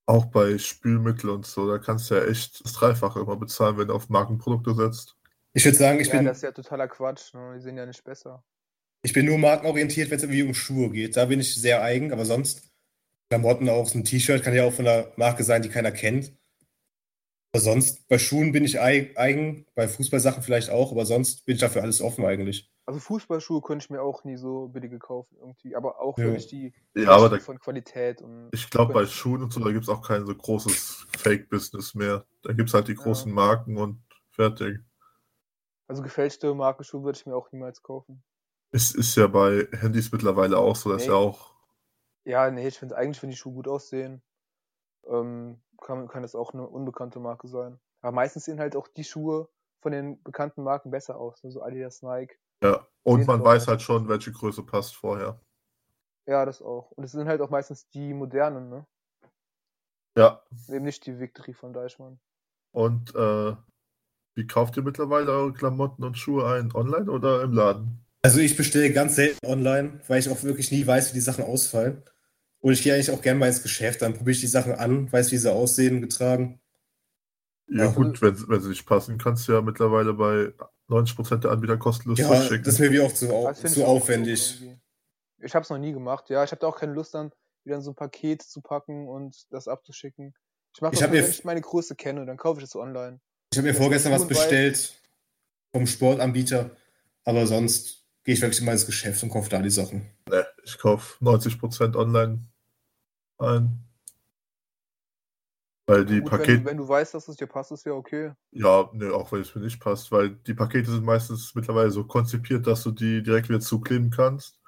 Auch bei Spülmittel und so, da kannst du ja echt das Dreifache immer bezahlen, wenn du auf Markenprodukte setzt. Ich würde sagen, ich, ja, bin, das ist ja totaler Quatsch. Ne? Die sind ja nicht besser. ich bin nur markenorientiert, wenn es irgendwie um Schuhe geht. Da bin ich sehr eigen, aber sonst Klamotten auch, so ein T-Shirt kann ja auch von einer Marke sein, die keiner kennt. Aber sonst bei Schuhen bin ich ei- eigen, bei Fußballsachen vielleicht auch, aber sonst bin ich dafür alles offen eigentlich. Also Fußballschuhe könnte ich mir auch nie so billige kaufen irgendwie, aber auch Ja. wirklich die Ja, aber da, Unterschied von Qualität und ich glaube, bei Schuhen und so, da gibt es auch kein so großes Fake-Business mehr. Da gibt es halt die Ja. großen Marken und fertig. also gefälschte Markenschuhe würde ich mir auch niemals kaufen. Es ist ja bei Handys mittlerweile auch so, dass Nee. ja auch. Ja, nee, ich finde eigentlich, wenn die Schuhe gut aussehen, ähm, kann, kann das auch eine unbekannte Marke sein. Aber meistens sehen halt auch die Schuhe von den bekannten Marken besser aus, ne? so Adidas, Nike. Ja. Und Geht man so. weiß halt schon, welche Größe passt vorher. Ja, das auch. Und es sind halt auch meistens die modernen, ne? Ja. Eben nicht die Victory von Deichmann. Und äh, wie kauft ihr mittlerweile eure Klamotten und Schuhe ein? Online oder im Laden? Also ich bestelle ganz selten online, weil ich auch wirklich nie weiß, wie die Sachen ausfallen. Und ich gehe eigentlich auch gerne mal ins Geschäft, dann probiere ich die Sachen an, weiß, wie sie aussehen, getragen. Ja, Also Ja. gut, wenn, wenn sie nicht passen, kannst du ja mittlerweile bei 90% der Anbieter kostenlos Ja, zuschicken. das ist mir wie auch zu, au Das find zu ich auch aufwendig. cool irgendwie. Ich habe es noch nie gemacht, ja. Ich habe da auch keine Lust, dann wieder in so ein Paket zu packen und das abzuschicken. Ich mache Ich das hab nur, mir- wenn ich meine Größe kenne, dann kaufe ich es online. Ich habe mir Das vorgestern ist was cool, weil- bestellt vom Sportanbieter, aber sonst gehe ich wirklich immer ins Geschäft und kaufe da die Sachen. Nee, ich kaufe 90% online ein. Weil die Gut, Pakete, wenn, wenn du weißt, dass es dir passt, ist ja okay. ja, nee, auch wenn es mir nicht passt, weil die Pakete sind meistens mittlerweile so konzipiert, dass du die direkt wieder zukleben kannst.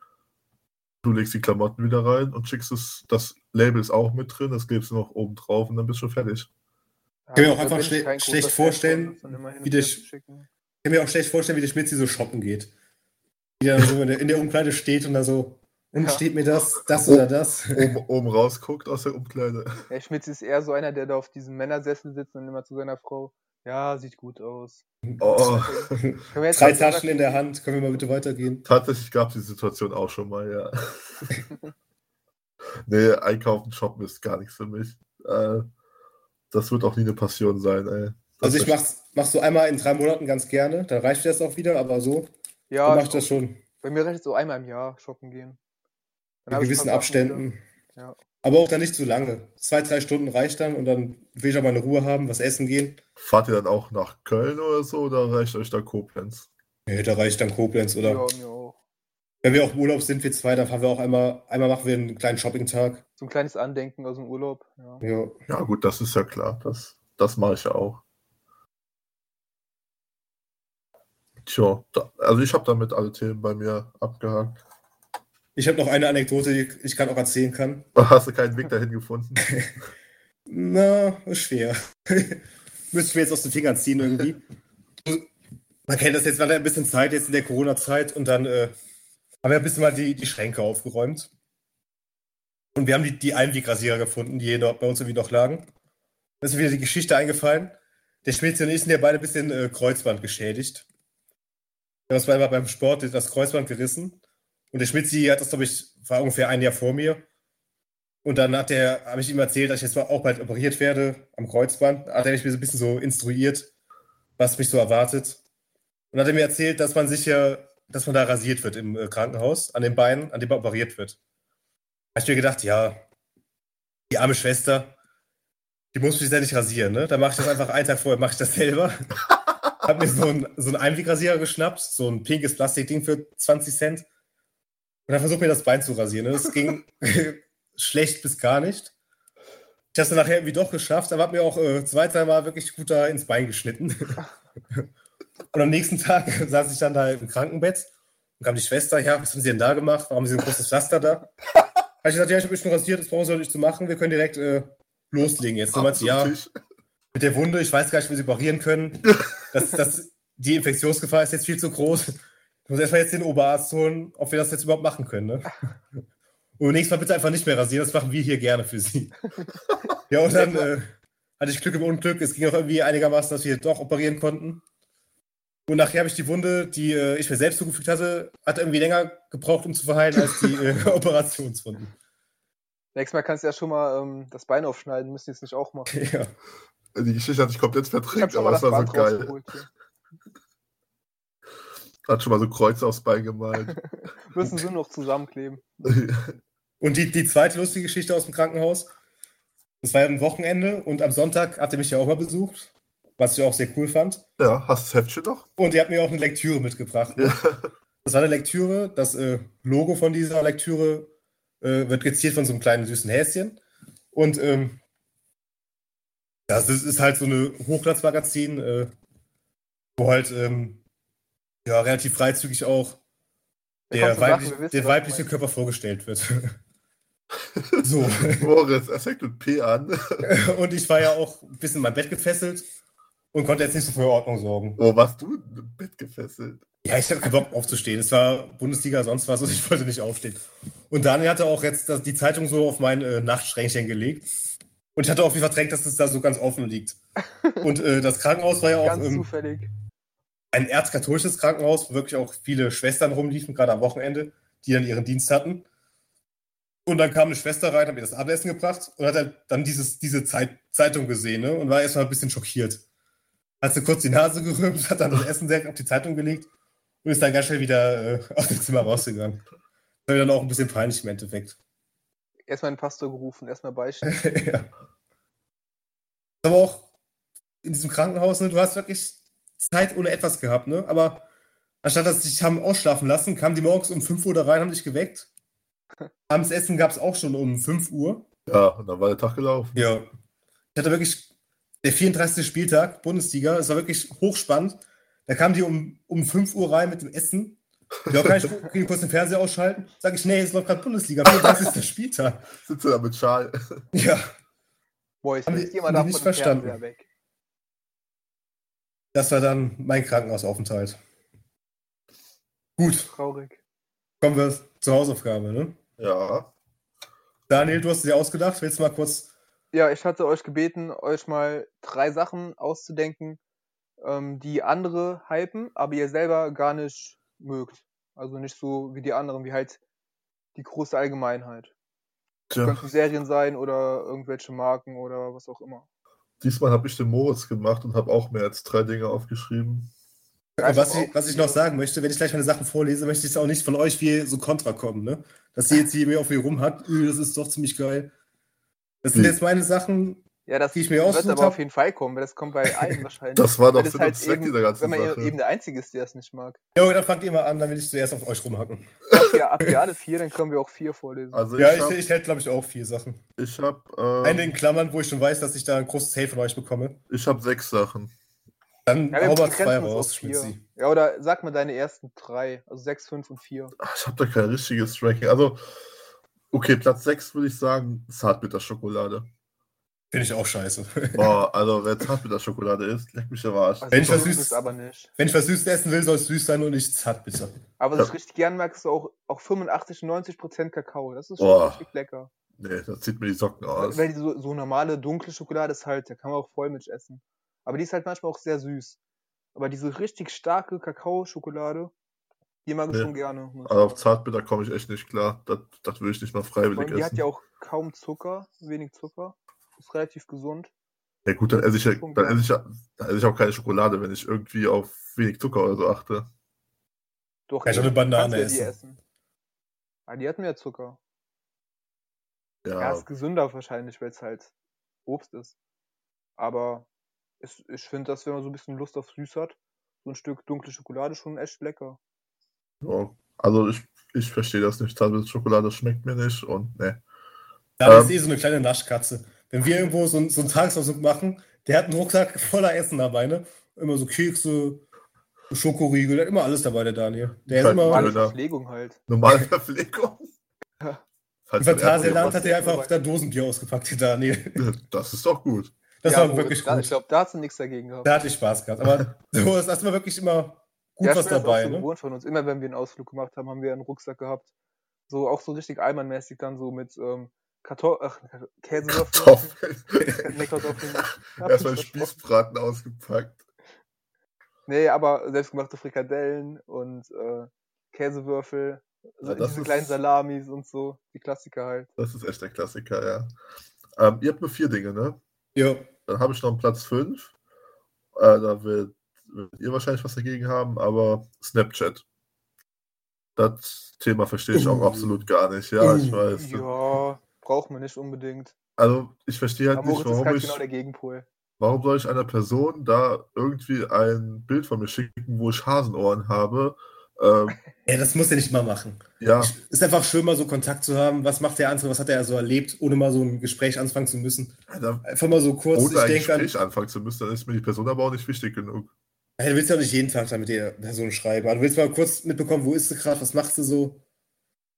Du legst die Klamotten wieder rein und schickst es, das Label ist auch mit drin, das klebst du noch oben drauf und dann bist du fertig. Ja, Kann mir auch da einfach bin ich schle- kein großer schlecht Fan vorstellen, von, von immer hin wie und her das- zu schicken. Ich kann mir auch schlecht vorstellen, wie der Schmitzi so shoppen geht. Wie der so in der, in der Umkleide steht und da so, und Ja. steht mir das, das Oh. oder das. Oben, oben rausguckt aus der Umkleide. Ja, Schmitz ist eher so einer, der da auf diesem Männersessel sitzt und immer zu seiner Frau, ja, sieht gut aus. Oh, Können wir jetzt Drei mal sagen- Taschen in der Hand, können wir mal bitte weitergehen? [LAUGHS] tatsächlich gab es die Situation auch schon mal, ja. [LAUGHS] nee, einkaufen, shoppen ist gar nichts für mich. Äh, das wird auch nie eine Passion sein, ey. Also ich Tatsächlich. mach's, mach's so einmal in drei Monaten ganz gerne, dann reicht mir das auch wieder, aber so, Ja, genau. dann mach ich das schon bei mir reicht es so einmal im Jahr shoppen gehen. Dann in hab ich ein gewissen paar Sachen wieder. Abständen. Ja. Aber auch dann nicht zu lange. Zwei, drei Stunden reicht dann und dann will ich auch mal eine Ruhe haben, was essen gehen. Fahrt ihr dann auch nach Köln oder so oder reicht euch da Koblenz? Nee, da reicht dann Koblenz oder Ja, mir auch. wenn wir auch im Urlaub sind, wir zwei, dann fahren wir auch einmal, einmal machen wir einen kleinen Shopping-Tag. So ein kleines Andenken aus dem Urlaub. Ja. Ja. Ja, gut, das ist ja klar. Das, das mache ich ja auch. Tja, da, also ich habe damit alle Themen bei mir abgehakt. [LAUGHS] Ich habe noch eine Anekdote, die ich gerade auch erzählen kann. Hast du keinen Weg dahin [LAUGHS] gefunden? Na, ist schwer. [LAUGHS] Müssen wir jetzt aus den Fingern ziehen irgendwie. Man kennt das jetzt, man hat ein bisschen Zeit jetzt in der Corona-Zeit und dann äh, haben wir ein bisschen mal die, die Schränke aufgeräumt. Und wir haben die, die Einwegrasierer gefunden, die hier noch, bei uns irgendwie noch lagen. Da ist mir wieder die Geschichte eingefallen. Der Schmitz und ich sind ja beide ein bisschen äh, Kreuzband geschädigt. Wir haben uns einmal beim Sport das Kreuzband gerissen. Und der Schmitz hat das, glaube ich, war ungefähr ein Jahr vor mir. Und dann hat er, habe ich ihm erzählt, dass ich jetzt mal auch bald operiert werde am Kreuzband. Da hat er mich so ein bisschen so instruiert, was mich so erwartet. Und hat er mir erzählt, dass man sich ja, dass man da rasiert wird im äh, Krankenhaus, an den Beinen, an dem man operiert wird. Da habe ich mir gedacht, ja, die arme Schwester, die muss mich ja nicht rasieren, ne? Da mache ich das einfach einen Tag vorher, mache ich das selber. hab mir so einen, so einen Einwegrasierer geschnappt, so ein pinkes Plastikding für 20 Cent. Und dann versucht mir das Bein zu rasieren. Ne? Das ging [LAUGHS] schlecht bis gar nicht. Ich habe es dann nachher irgendwie doch geschafft, aber habe mir auch äh, zwei, dreimal wirklich gut da ins Bein geschnitten. [LAUGHS] und am nächsten Tag [LAUGHS] saß ich dann da im Krankenbett und kam die Schwester, ja, was haben Sie denn da gemacht? Warum haben Sie so ein großes Pflaster da? Habe ich gesagt, ja, ich habe mich schon rasiert, das brauchen Sie doch nicht zu machen, wir können direkt äh, loslegen jetzt. Dann Ab meinte sie, zum ja, Tisch. mit der Wunde, ich weiß gar nicht, wie sie operieren können. Das, das, die Infektionsgefahr ist jetzt viel zu groß. Ich muss erstmal jetzt den Oberarzt holen, ob wir das jetzt überhaupt machen können. Ne? Und beim nächsten Mal bitte einfach nicht mehr rasieren, das machen wir hier gerne für Sie. Ja, und dann äh, hatte ich Glück im Unglück. Es ging auch irgendwie einigermaßen, dass wir doch operieren konnten. Und nachher habe ich die Wunde, die äh, ich mir selbst zugefügt hatte, hat irgendwie länger gebraucht, um zu verheilen, als die äh, [LAUGHS] Operationswunden. Nächstes Mal kannst du ja schon mal ähm, das Bein aufschneiden, müssen jetzt nicht auch machen. Ja. Also Die Geschichte hatte ich komplett Ich hab verdrängt, schon mal aber das es war Band so geil. rausgeholt. Hier. Hat schon mal so Kreuze aufs Bein gemalt. [LAUGHS] Müssen sie nur noch zusammenkleben. Und die, die zweite lustige Geschichte aus dem Krankenhaus, das war ja am Wochenende und am Sonntag hat er mich ja auch mal besucht, was ich auch sehr cool fand. [LAUGHS] ja, hast du das Heftchen noch? Und er hat mir auch eine Lektüre mitgebracht. Ja. Das war eine Lektüre. Das äh, Logo von dieser Lektüre äh, wird gezielt von so einem kleinen süßen Häschen. Und ähm, das ist, ist halt so eine Hochglanzmagazin, äh, wo halt ähm, ja, relativ freizügig auch Da der, kommst du Sachen, weiblich, wir wissen, der was du weibliche meinst. Körper vorgestellt wird. [LAUGHS] so. Moritz, er fängt mit P an. Und ich war ja auch ein bisschen in mein Bett gefesselt und konnte jetzt nicht so für Ordnung sorgen. Wo warst du im Bett gefesselt? Ja, ich hatte keinen Bock aufzustehen. Es war Bundesliga, sonst was und [LAUGHS] ich wollte nicht aufstehen. Und Daniel hatte auch jetzt das, die Zeitung so auf mein äh, Nachtschränkchen gelegt. Und ich hatte auch wie verdrängt, dass es da so ganz offen liegt. Und äh, das Krankenhaus war ja auch Ganz ähm, zufällig. ein erzkatholisches Krankenhaus, wo wirklich auch viele Schwestern rumliefen, gerade am Wochenende, die dann ihren Dienst hatten. Und dann kam eine Schwester rein, hat mir das Abendessen gebracht und hat halt dann dieses, diese Zeit, Zeitung gesehen ne, und war erstmal ein bisschen schockiert. Hat sie kurz die Nase gerühmt, hat dann das Essen direkt auf die Zeitung gelegt und ist dann ganz schnell wieder äh, [LAUGHS] aus dem Zimmer rausgegangen. Das war mir dann auch ein bisschen peinlich im Endeffekt. Erstmal den Pastor gerufen, erstmal ja. beichten. Ist Aber auch in diesem Krankenhaus, ne, du hast wirklich Zeit ohne etwas gehabt, ne? Aber anstatt dass sie dich haben ausschlafen lassen, kamen die morgens um 5 Uhr da rein, haben dich geweckt. Abends Essen gab es auch schon um 5 Uhr. Ja, und dann war der Tag gelaufen. Ja. Ich hatte wirklich der 34. Spieltag, Bundesliga, es war wirklich hochspannend. Da kamen die um, um 5 Uhr rein mit dem Essen. Ja, kann ich [LAUGHS] gu- kann ich kurz den Fernseher ausschalten? Sag ich, nee, es läuft gerade Bundesliga, 34. [LAUGHS] Spieltag. Sitzt er da mit Schal. Ja. Mois, Haben die- jetzt geh haben mal die davon nicht vom Fernseher verstanden. weg. Das war dann mein Krankenhausaufenthalt. Gut, Traurig. kommen wir zur Hausaufgabe. Ne? Ja. Daniel, du hast dir ausgedacht. Willst du mal kurz. Ja, ich hatte euch gebeten, euch mal drei Sachen auszudenken, ähm, die andere hypen, aber ihr selber gar nicht mögt. Also nicht so wie die anderen, wie halt die große Allgemeinheit. Tja, Könnten Serien sein oder irgendwelche Marken oder was auch immer. diesmal habe ich den Moritz gemacht und habe auch mehr als drei Dinge aufgeschrieben. äh, Was ich, was ich noch sagen möchte, wenn ich gleich meine Sachen vorlese, möchte ich es auch nicht von euch wie so kontra kommen. Ne? Dass ihr jetzt hier mir auf mir rumhackt. Üh, das ist doch ziemlich geil. Das sind Hm. Nee. jetzt meine Sachen. Ja, das Die ich mir wird ausgesucht aber hab. auf jeden Fall kommen, weil das kommt bei [LAUGHS] allen wahrscheinlich. Das war doch Weil das Sinn halt und Zweck eben- dieser ganzen wenn man Sache. eben der Einzige ist, der das nicht mag. Ja, dann fangt ihr mal an, dann will ich zuerst auf euch rumhacken. Ja, ab ihr alle vier, dann können wir auch vier vorlesen. also Ja, ich ich, habe... ich hätte, glaube ich, auch vier Sachen. Ich habe Eine ähm, in Klammern, wo ich schon weiß, dass ich da ein großes Hate von euch bekomme. ich hab sechs Sachen. Dann ja, hau mal begrenzen zwei uns auf raus, vier. Schmitzi. Ja, oder sag mal deine ersten drei. Also sechs, fünf und vier. Ach, Ah, Ich habe da kein richtiges Ranking. Also, okay, Platz sechs würde ich sagen, Zartbitterschokolade. Finde ich auch scheiße. Boah, also wer Zartbitterschokolade isst, leck mich am Arsch. Also Wenn ich so was ist Süßes- es aber nicht. Wenn ich was Süßes essen will, soll es süß sein und nicht zart, bitte. Aber was ich Ja. richtig gern mag, ist auch, auch 85, 90 Prozent Kakao. Das ist schon Boah. richtig lecker. Nee, das zieht mir die Socken aus. Weil die so, so normale dunkle Schokolade ist halt, da kann man auch Vollmilch essen. Aber die ist halt manchmal auch sehr süß. Aber diese richtig starke Kakao-Schokolade, die mag ich Nee. schon gerne. muss ich Also auf sagen. Zartbitter komme ich echt nicht klar. Das, das will ich nicht mal Vor freiwillig allem, die hat essen. ja auch kaum Zucker, wenig Zucker. Ist relativ gesund. Ja gut, dann esse ich, ja- Punkt, dann ja. esse ich, ja- dann esse ich auch keine Schokolade, wenn ich irgendwie auf wenig Zucker oder so achte. Doch, Kann ich auch eine kannst Banane du ja die essen. essen. Ah, die hat mehr Zucker. Ja, Ja, ist gesünder wahrscheinlich, weil es halt Obst ist. Aber es, ich finde, dass wenn man so ein bisschen Lust auf süß hat, so ein Stück dunkle Schokolade schon echt lecker. ja. Also ich, ich verstehe das nicht. Zartbitterschokolade schmeckt mir nicht und ne. Da Ähm. ist eh so eine kleine Naschkatze. Wenn wir irgendwo so, ein- so einen Tagesausflug machen, der hat einen Rucksack [LAUGHS] voller Essen dabei, ne? Immer so Kekse, Schokoriegel, der hat immer alles dabei, der Daniel. Der ist Kein immer. Mann. Normale Döner. Verpflegung halt. [LAUGHS] Normale Verpflegung. Ja. Im Falls man ernst Phantasialand hat nehmen er einfach da Dosenbier ausgepackt, der Daniel. muss. Das ist doch [LAUGHS] gut. Das Ja, war Moritz, wirklich da, Ich gut. glaube, da hast du nichts dagegen gehabt. Da hatte ich Spaß gehabt. [LAUGHS] Aber so, das ist wirklich immer gut ja, ich was bin das dabei, auch so ne? gewohnt von uns. Immer wenn wir einen Ausflug gemacht haben, haben wir einen Rucksack gehabt. So auch so richtig Allmannmäßig dann so mit ähm, Kartoff ach, [LAUGHS] [LAUGHS] Käsewürfeln. Kartoffeln. [LAUGHS] Nee, Kartoffeln. Ja, Erstmal Fisch- Spießbraten ausgepackt. Nee, aber selbstgemachte Frikadellen und äh, Käsewürfel, so Ja, das diese ist- kleinen Salamis und so, die Klassiker halt. Das ist echt der Klassiker, ja. Ähm, ihr habt nur vier Dinge, ne? Ja. Dann habe ich noch einen Platz fünf. Äh, da wird, wird ihr wahrscheinlich was dagegen haben, aber Snapchat. Das Thema verstehe ich auch Uh. absolut gar nicht. Ja, ich Uh. weiß. Ja, braucht man nicht unbedingt. Also, ich verstehe halt Aber Moritz ist nicht, warum halt ich, genau der Gegenpol. warum soll ich einer Person da irgendwie ein Bild von mir schicken, wo ich Hasenohren habe, ähm, Ja, das muss er nicht mal machen. Ja, Ist einfach schön, mal so Kontakt zu haben. Was macht der andere? Was hat er so erlebt, ohne mal so ein Gespräch anfangen zu müssen? da, Einfach mal so kurz. ohne ein ich denke an, Gespräch anfangen zu müssen, dann ist mir die Person aber auch nicht wichtig genug. Ja, du willst ja auch nicht jeden Tag dann mit der Person schreiben. Aber du willst mal kurz mitbekommen, wo ist sie gerade, was macht sie so.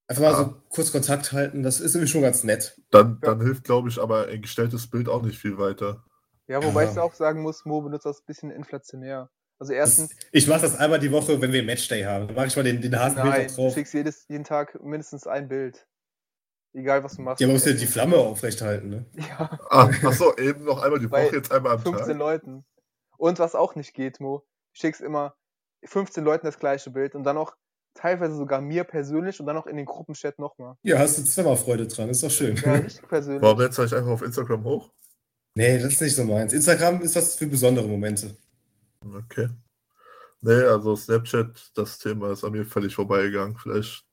Einfach mal Ja. so kurz Kontakt halten. Das ist irgendwie schon ganz nett. Dann, Ja. dann hilft, glaube ich, aber ein gestelltes Bild auch nicht viel weiter. Ja, wobei Ja. ich auch sagen muss, Mo benutzt das ein bisschen inflationär. Also erstens, Ich mache das einmal die Woche, wenn wir Matchday haben. Dann mache ich mal den, den Hasenbild nein, noch du drauf. schickst jedes, jeden Tag mindestens ein Bild. Egal, was du machst. Äh, Ja, man muss ja die Flamme aufrechthalten. Ne? [LAUGHS] Ja, [LAUGHS] Ah, achso, eben noch einmal die Bei Woche, jetzt einmal am 15 Tag. Leuten. Und was auch nicht geht, Mo, du schickst immer 15 Leuten das gleiche Bild und dann auch teilweise sogar mir persönlich und dann auch in den Gruppenchat nochmal. Ja, hast du Zimmerfreude dran. Ist doch schön. [LAUGHS] Ja, richtig persönlich. Warum lädst du nicht einfach auf Instagram hoch? Nee, das ist nicht so meins. Instagram ist was für besondere Momente. Okay. Nee, also Snapchat, das Thema ist an mir völlig vorbeigegangen. Vielleicht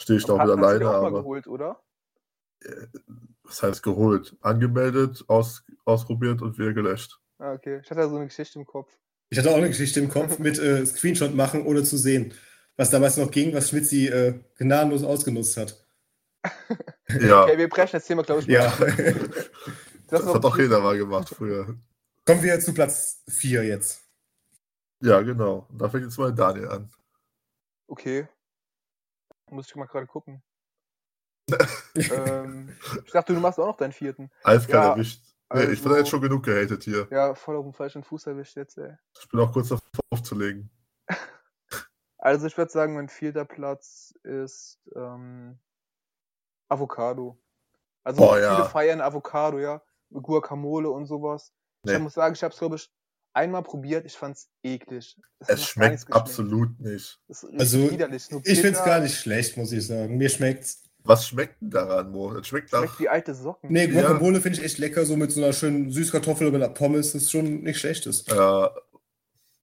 stehe ich da auch Hat- mit hast du dir alleine, auch mal aber geholt, oder? was heißt geholt? Angemeldet, aus, ausprobiert und [LAUGHS] wieder gelöscht. Ah, okay. Ich hatte da so eine Geschichte im Kopf. Ich hatte auch eine Geschichte im Kopf mit äh, Screenshot machen, ohne zu sehen. Was damals noch ging, was Schmitzi äh, gnadenlos ausgenutzt hat. Ja, [LAUGHS] Okay, wir brechen das Thema, glaube ich, mal. [LAUGHS] Ja. [LAUGHS] Das das war- hat doch jeder mal gemacht früher. Kommen wir zu Platz 4 jetzt. Ja, genau. Da fängt jetzt mal Daniel an. Okay. Muss ich mal gerade [LAUGHS] gucken. ähm, ich dachte, du machst auch noch deinen vierten. Alfkan Ja, erwischt. Nee, ich bin also- jetzt schon genug gehatet hier. Ja, voll auf dem falschen Fuß erwischt jetzt, ey. Ich bin auch kurz davor aufzulegen. Also ich würde sagen, mein vierter Platz ist ähm, Avocado. Also Boah, viele ja. feiern Avocado, ja. Guacamole und sowas. Nee. Ich muss sagen, ich habe es, glaube ich, einmal probiert. Ich fand's eklig. hat nach Es gar nichts schmeckt geschmeckt. absolut nicht. Das ist Also, richtig widerlich. So Ich finde es bitter, gar nicht schlecht, muss ich sagen. Mir schmeckt's. Was schmeckt denn daran, Mo? Es schmeckt Schmeckt nach. wie alte Socken. Nee, Guacamole finde ich echt lecker, so mit so einer schönen Süßkartoffel oder einer Pommes, das ist schon nicht schlechtes. Ja, äh,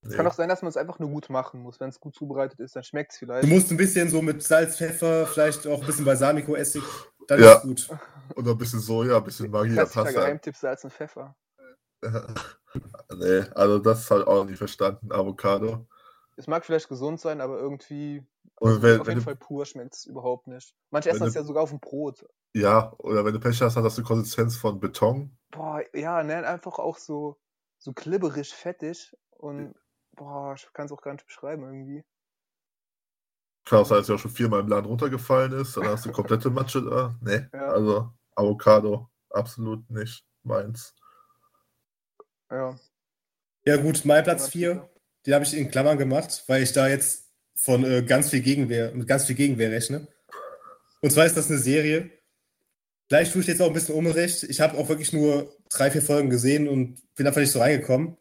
nee. Es kann auch sein, dass man es einfach nur gut machen muss. Wenn es gut zubereitet ist, dann schmeckt's vielleicht. Du musst ein bisschen so mit Salz, Pfeffer, vielleicht auch ein bisschen Balsamico-Essig, dann Ja. ist gut. Und noch ein bisschen Soja, ein bisschen Magia, Klassischer passt ja. Geheimtipp Salz und Pfeffer. [LAUGHS] Nee, also das habe ich auch noch nicht verstanden, Avocado. Es mag vielleicht gesund sein, aber irgendwie Und auf wenn, wenn jeden du, Fall pur schmeckt's überhaupt nicht. Manche essen wenn das du- ja sogar auf dem Brot. ja, oder wenn du Pech hast, hat das die Konsistenz von Beton. Boah, ja, ne, einfach auch so, so klibberig, fettig und boah, ich kann es auch gar nicht beschreiben irgendwie. Kann auch sein, dass er auch schon viermal im Laden runtergefallen ist. Dann hast du komplette Matsche da. Nee, [LAUGHS] Ja. also Avocado, absolut nicht meins. Ja. Ja gut, mein Platz 4, den habe ich in Klammern gemacht, weil ich da jetzt von äh, ganz viel Gegenwehr, mit ganz viel Gegenwehr rechne. Und zwar ist das eine Serie. Vielleicht tue ich jetzt auch ein bisschen Unrecht. Ich habe auch wirklich nur drei, vier Folgen gesehen und bin einfach nicht so reingekommen.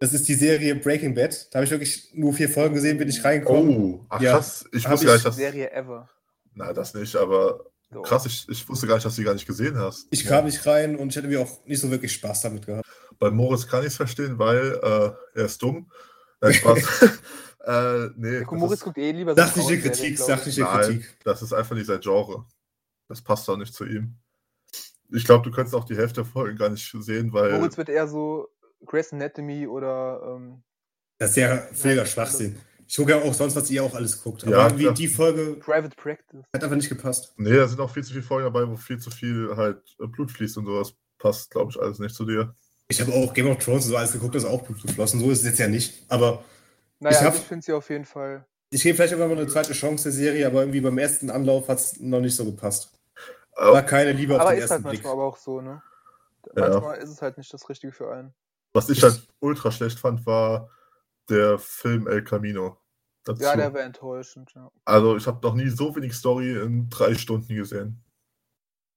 Das ist die Serie Breaking Bad. Da habe ich wirklich nur vier Folgen gesehen, bin ich reingekommen. Oh, ach Ja. krass, ich Hab wusste ich gar nicht, dass. Serie ever. Na, das nicht, aber So. krass, ich, ich wusste gar nicht, dass du die gar nicht gesehen hast. Ich kam nicht rein und ich hatte mir auch nicht so wirklich Spaß damit gehabt. Bei Moritz kann ich es verstehen, weil äh, er ist dumm. [LAUGHS] Nein, Spaß. äh, nee, Ja, das guck, Moritz ist- guckt eh lieber Sachliche Frauenserien, Kritik, glaub ich. sachliche Nein. Kritik. Das ist einfach nicht sein Genre. Das passt doch nicht zu ihm. Ich glaube, du könntest auch die Hälfte der Folgen gar nicht sehen, äh, weil. Moritz wird eher so Grey's Anatomy oder ähm, Das ist ja völliger Schwachsinn. Ich gucke ja auch sonst, was ihr auch alles guckt. Aber Ja, irgendwie klar. die Folge Private Practice. hat einfach nicht gepasst. Nee, da sind auch viel zu viele Folgen dabei, wo viel zu viel halt äh, Blut fließt und sowas. Passt, glaube ich, alles nicht zu dir. Ich habe auch Game of Thrones und so alles geguckt, das ist auch Blut geflossen. So ist es jetzt ja nicht. Aber Ich Naja, ich, hab- also ich finde sie auf jeden Fall. ich gebe vielleicht irgendwann mal eine zweite Chance der Serie, aber irgendwie beim ersten Anlauf hat es noch nicht so gepasst. Äh, War keine Liebe auf Aber den ist halt ersten Blick. manchmal aber auch so, ne? Ja. Manchmal ist es halt nicht das Richtige für einen. was ich ich- halt ultra schlecht fand, war der Film El Camino. Dazu. Ja, der war enttäuschend, ja. also, ich habe noch nie so wenig Story in drei Stunden gesehen.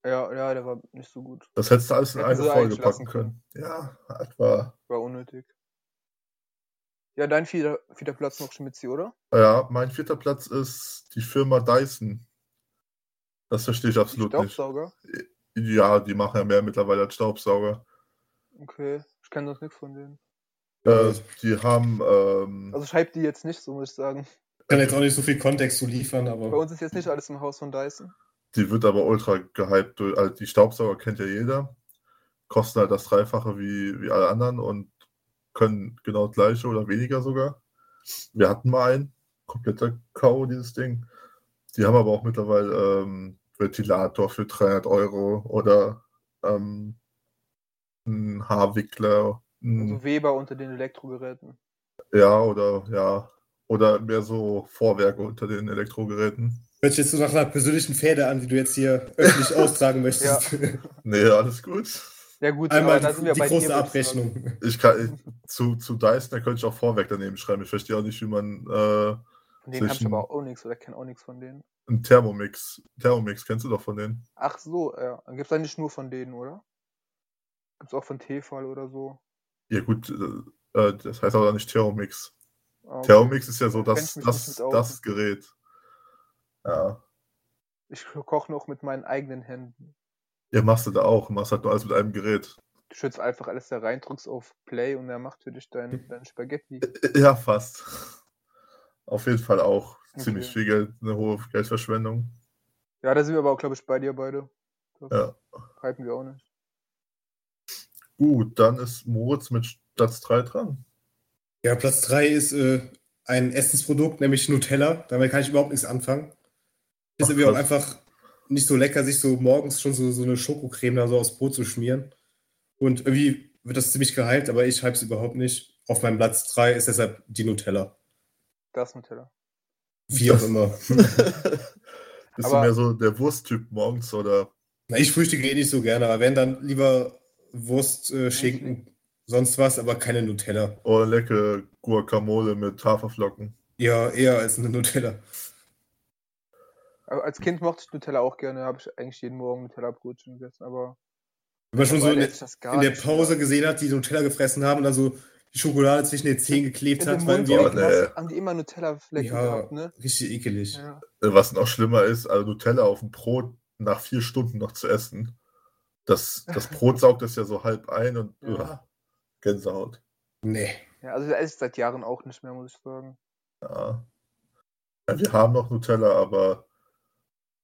Ja, ja, der war nicht so gut. Das hättest du alles in Hätten eine sie Folge eigentlich lassen packen können. Ja, das war. War unnötig. Ja, dein vierter, vierter Platz noch Schmitzi, oder? Ja, mein vierter Platz ist die Firma Dyson. Das verstehe ich absolut nicht. Staubsauger? Ja, die machen ja mehr mittlerweile als Staubsauger. Okay, ich kenne sonst nichts von denen. Äh, die haben, ähm, Also ich hype die jetzt nicht, so muss ich sagen. Ich kann jetzt auch nicht so viel Kontext zu liefern, Bei aber uns ist jetzt nicht alles im Haus von Dyson. die wird aber ultra gehypt. durch- Also die Staubsauger kennt ja jeder. Kosten halt das Dreifache wie, wie alle anderen und können genau das gleiche oder weniger sogar. Wir hatten mal einen, kompletter Kau, dieses Ding. Die haben aber auch mittlerweile ähm, Ventilator für 300 Euro oder ähm, einen Haarwickler. einen- Also Weber unter den Elektrogeräten. Ja, oder ja. Oder mehr so Vorwerke unter den Elektrogeräten. Hört sich jetzt so nach einer persönlichen Pferde an, die du jetzt hier [LAUGHS] öffentlich austragen möchtest. [LAUGHS] Nee, alles gut. Ja gut, Einmal aber da sind wir die, die bei große Tierwohlstand. Abrechnung. Ich kann, zu, zu Dyson, da könnte ich auch Vorwerk daneben schreiben. Ich verstehe auch nicht, wie man äh, Von denen habe ich Zwischen- aber auch nichts oder kenne auch nichts von denen. einen Thermomix. Thermomix, kennst du doch von denen? Ach so, ja. Dann gibt's da nicht nur von denen, oder? Gibt's auch von Tefal oder so. Ja, gut, äh, äh, das heißt aber nicht Thermomix. Ah, okay. Thermomix ist ja so Kenn ich das, mich das, nicht mit aus. das Gerät. Ja. Ich koche noch mit meinen eigenen Händen. Ihr machst du da auch, machst halt nur alles mit einem Gerät. Du schützt einfach alles da rein, drückst auf Play und er macht für dich dein, dein Spaghetti. Äh, Ja, fast. Auf jeden Fall auch. Okay. Ziemlich viel Geld, eine hohe Geldverschwendung. Ja, da sind wir aber auch, glaube ich, bei dir beide. Das Ja. hypen wir auch nicht. Gut, dann ist Moritz mit Platz 3 [LAUGHS] dran. Ja, Platz 3 ist äh, ein Essensprodukt, nämlich Nutella. Damit kann ich überhaupt nichts anfangen. Ist Ach, irgendwie auch krass. einfach nicht so lecker, sich so morgens schon so, so eine Schokocreme da so aufs Brot zu schmieren. Und irgendwie wird das ziemlich gehypt, aber ich hype es überhaupt nicht. Auf meinem Platz 3 ist deshalb die Nutella. Das Nutella. Wie auch immer. Bist Aber- du mehr so der Wursttyp morgens oder? Na, ich frühstücke eh nicht so gerne, aber wenn dann lieber Wurst, äh, Schinken, sonst was, aber keine Nutella. Oh, lecker Guacamole mit Haferflocken. Ja, eher als eine Nutella. Aber als Kind mochte ich Nutella auch gerne. habe ich eigentlich jeden Morgen Nutella-Brötchen gegessen. Aber Wenn man schon so Boah, in der, der ist das gar in der nicht. Pause gesehen hat, die Nutella gefressen haben und dann so die Schokolade zwischen den Zähnen in geklebt dem hat, weil Mund die Oh, halt auch oh, nee. haben die immer Nutella-Flecken Ja. gehabt, ne? richtig ekelig. Ja. Äh, Was noch schlimmer ist, also Nutella auf dem Brot nach vier Stunden noch zu essen. Das, [LAUGHS] das Brot saugt das ja so halb ein und Ja. uah, Gänsehaut. Nee. ja, also da esse ich seit Jahren auch nicht mehr, muss ich sagen. Ja. ja. Wir haben noch Nutella, aber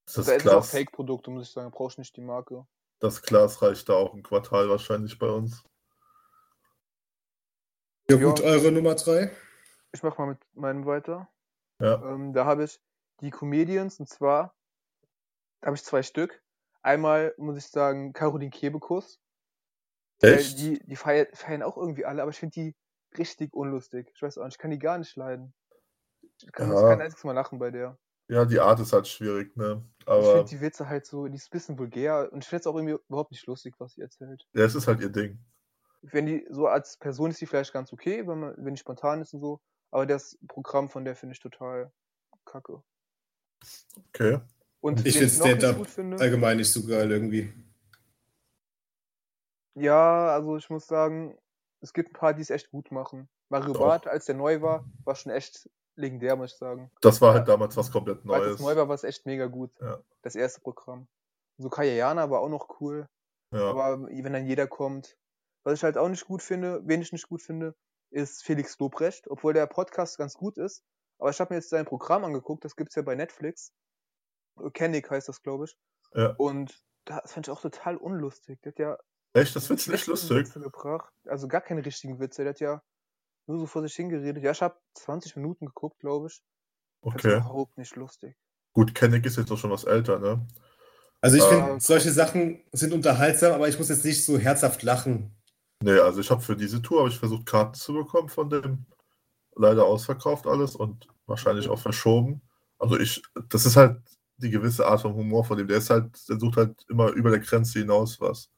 das da esse ich auch Glas, Also Fake-Produkte, muss ich sagen. Brauchst nicht die Marke. das Glas reicht da auch ein Quartal wahrscheinlich bei uns. Ja, Ja. gut, eure Nummer 3? Ich mach mal mit meinem weiter. Ja. Ähm, da habe ich die Comedians und zwar habe ich zwei Stück. Einmal muss ich sagen, Caroline Kebekus. Weil Die, die feier, feiern auch irgendwie alle, aber ich finde die richtig unlustig. Ich weiß auch nicht, ich kann die gar nicht leiden. Ich kann, ich Ja. kann einziges Mal lachen bei der. Ja, die Art ist halt schwierig, ne? ich Aber finde die Witze halt so, die ist ein bisschen vulgär und ich finde es auch irgendwie überhaupt nicht lustig, was sie erzählt. ja, es ist halt ihr Ding. Wenn die, so als Person ist die vielleicht ganz okay, wenn man, wenn die spontan ist und so, aber das Programm von der finde ich total kacke. Okay. Und Ich wen find noch nicht Stand-up gut finde- Allgemein nicht so geil irgendwie. Ja, also ich muss sagen, es gibt ein paar, die es echt gut machen. Mario Doch. Barth, als der neu war, war schon echt legendär, muss ich sagen. Das war halt damals was komplett Als es Neues. neu war, war es echt mega gut. Ja. Das erste Programm. So Kajana war auch noch cool, Ja. aber wenn dann jeder kommt. Was ich halt auch nicht gut finde, wen ich nicht gut finde, ist Felix Lobrecht, obwohl der Podcast ganz gut ist. Aber ich habe mir jetzt sein Programm angeguckt, das gibt's ja bei Netflix. Canic heißt das, glaube ich. Ja. Und das fand ich auch total unlustig. Der hat ja Echt, das findest du nicht schlechten lustig? Witze gebracht. Also gar keine richtigen Witze. Der hat ja nur so vor sich hingeredet. Ja, ich habe 20 Minuten geguckt, glaube ich. Das ist Okay. überhaupt nicht lustig. Gut, Kenneck ist jetzt doch schon was älter, ne? Also ich Ah. finde, solche Sachen sind unterhaltsam, aber ich muss jetzt nicht so herzhaft lachen. Nee, also ich habe für diese Tour habe ich versucht Karten zu bekommen von dem. Leider ausverkauft alles und wahrscheinlich Mhm. auch verschoben. Also ich, das ist halt die gewisse Art von Humor von dem. Der ist halt, der sucht halt immer über der Grenze hinaus was.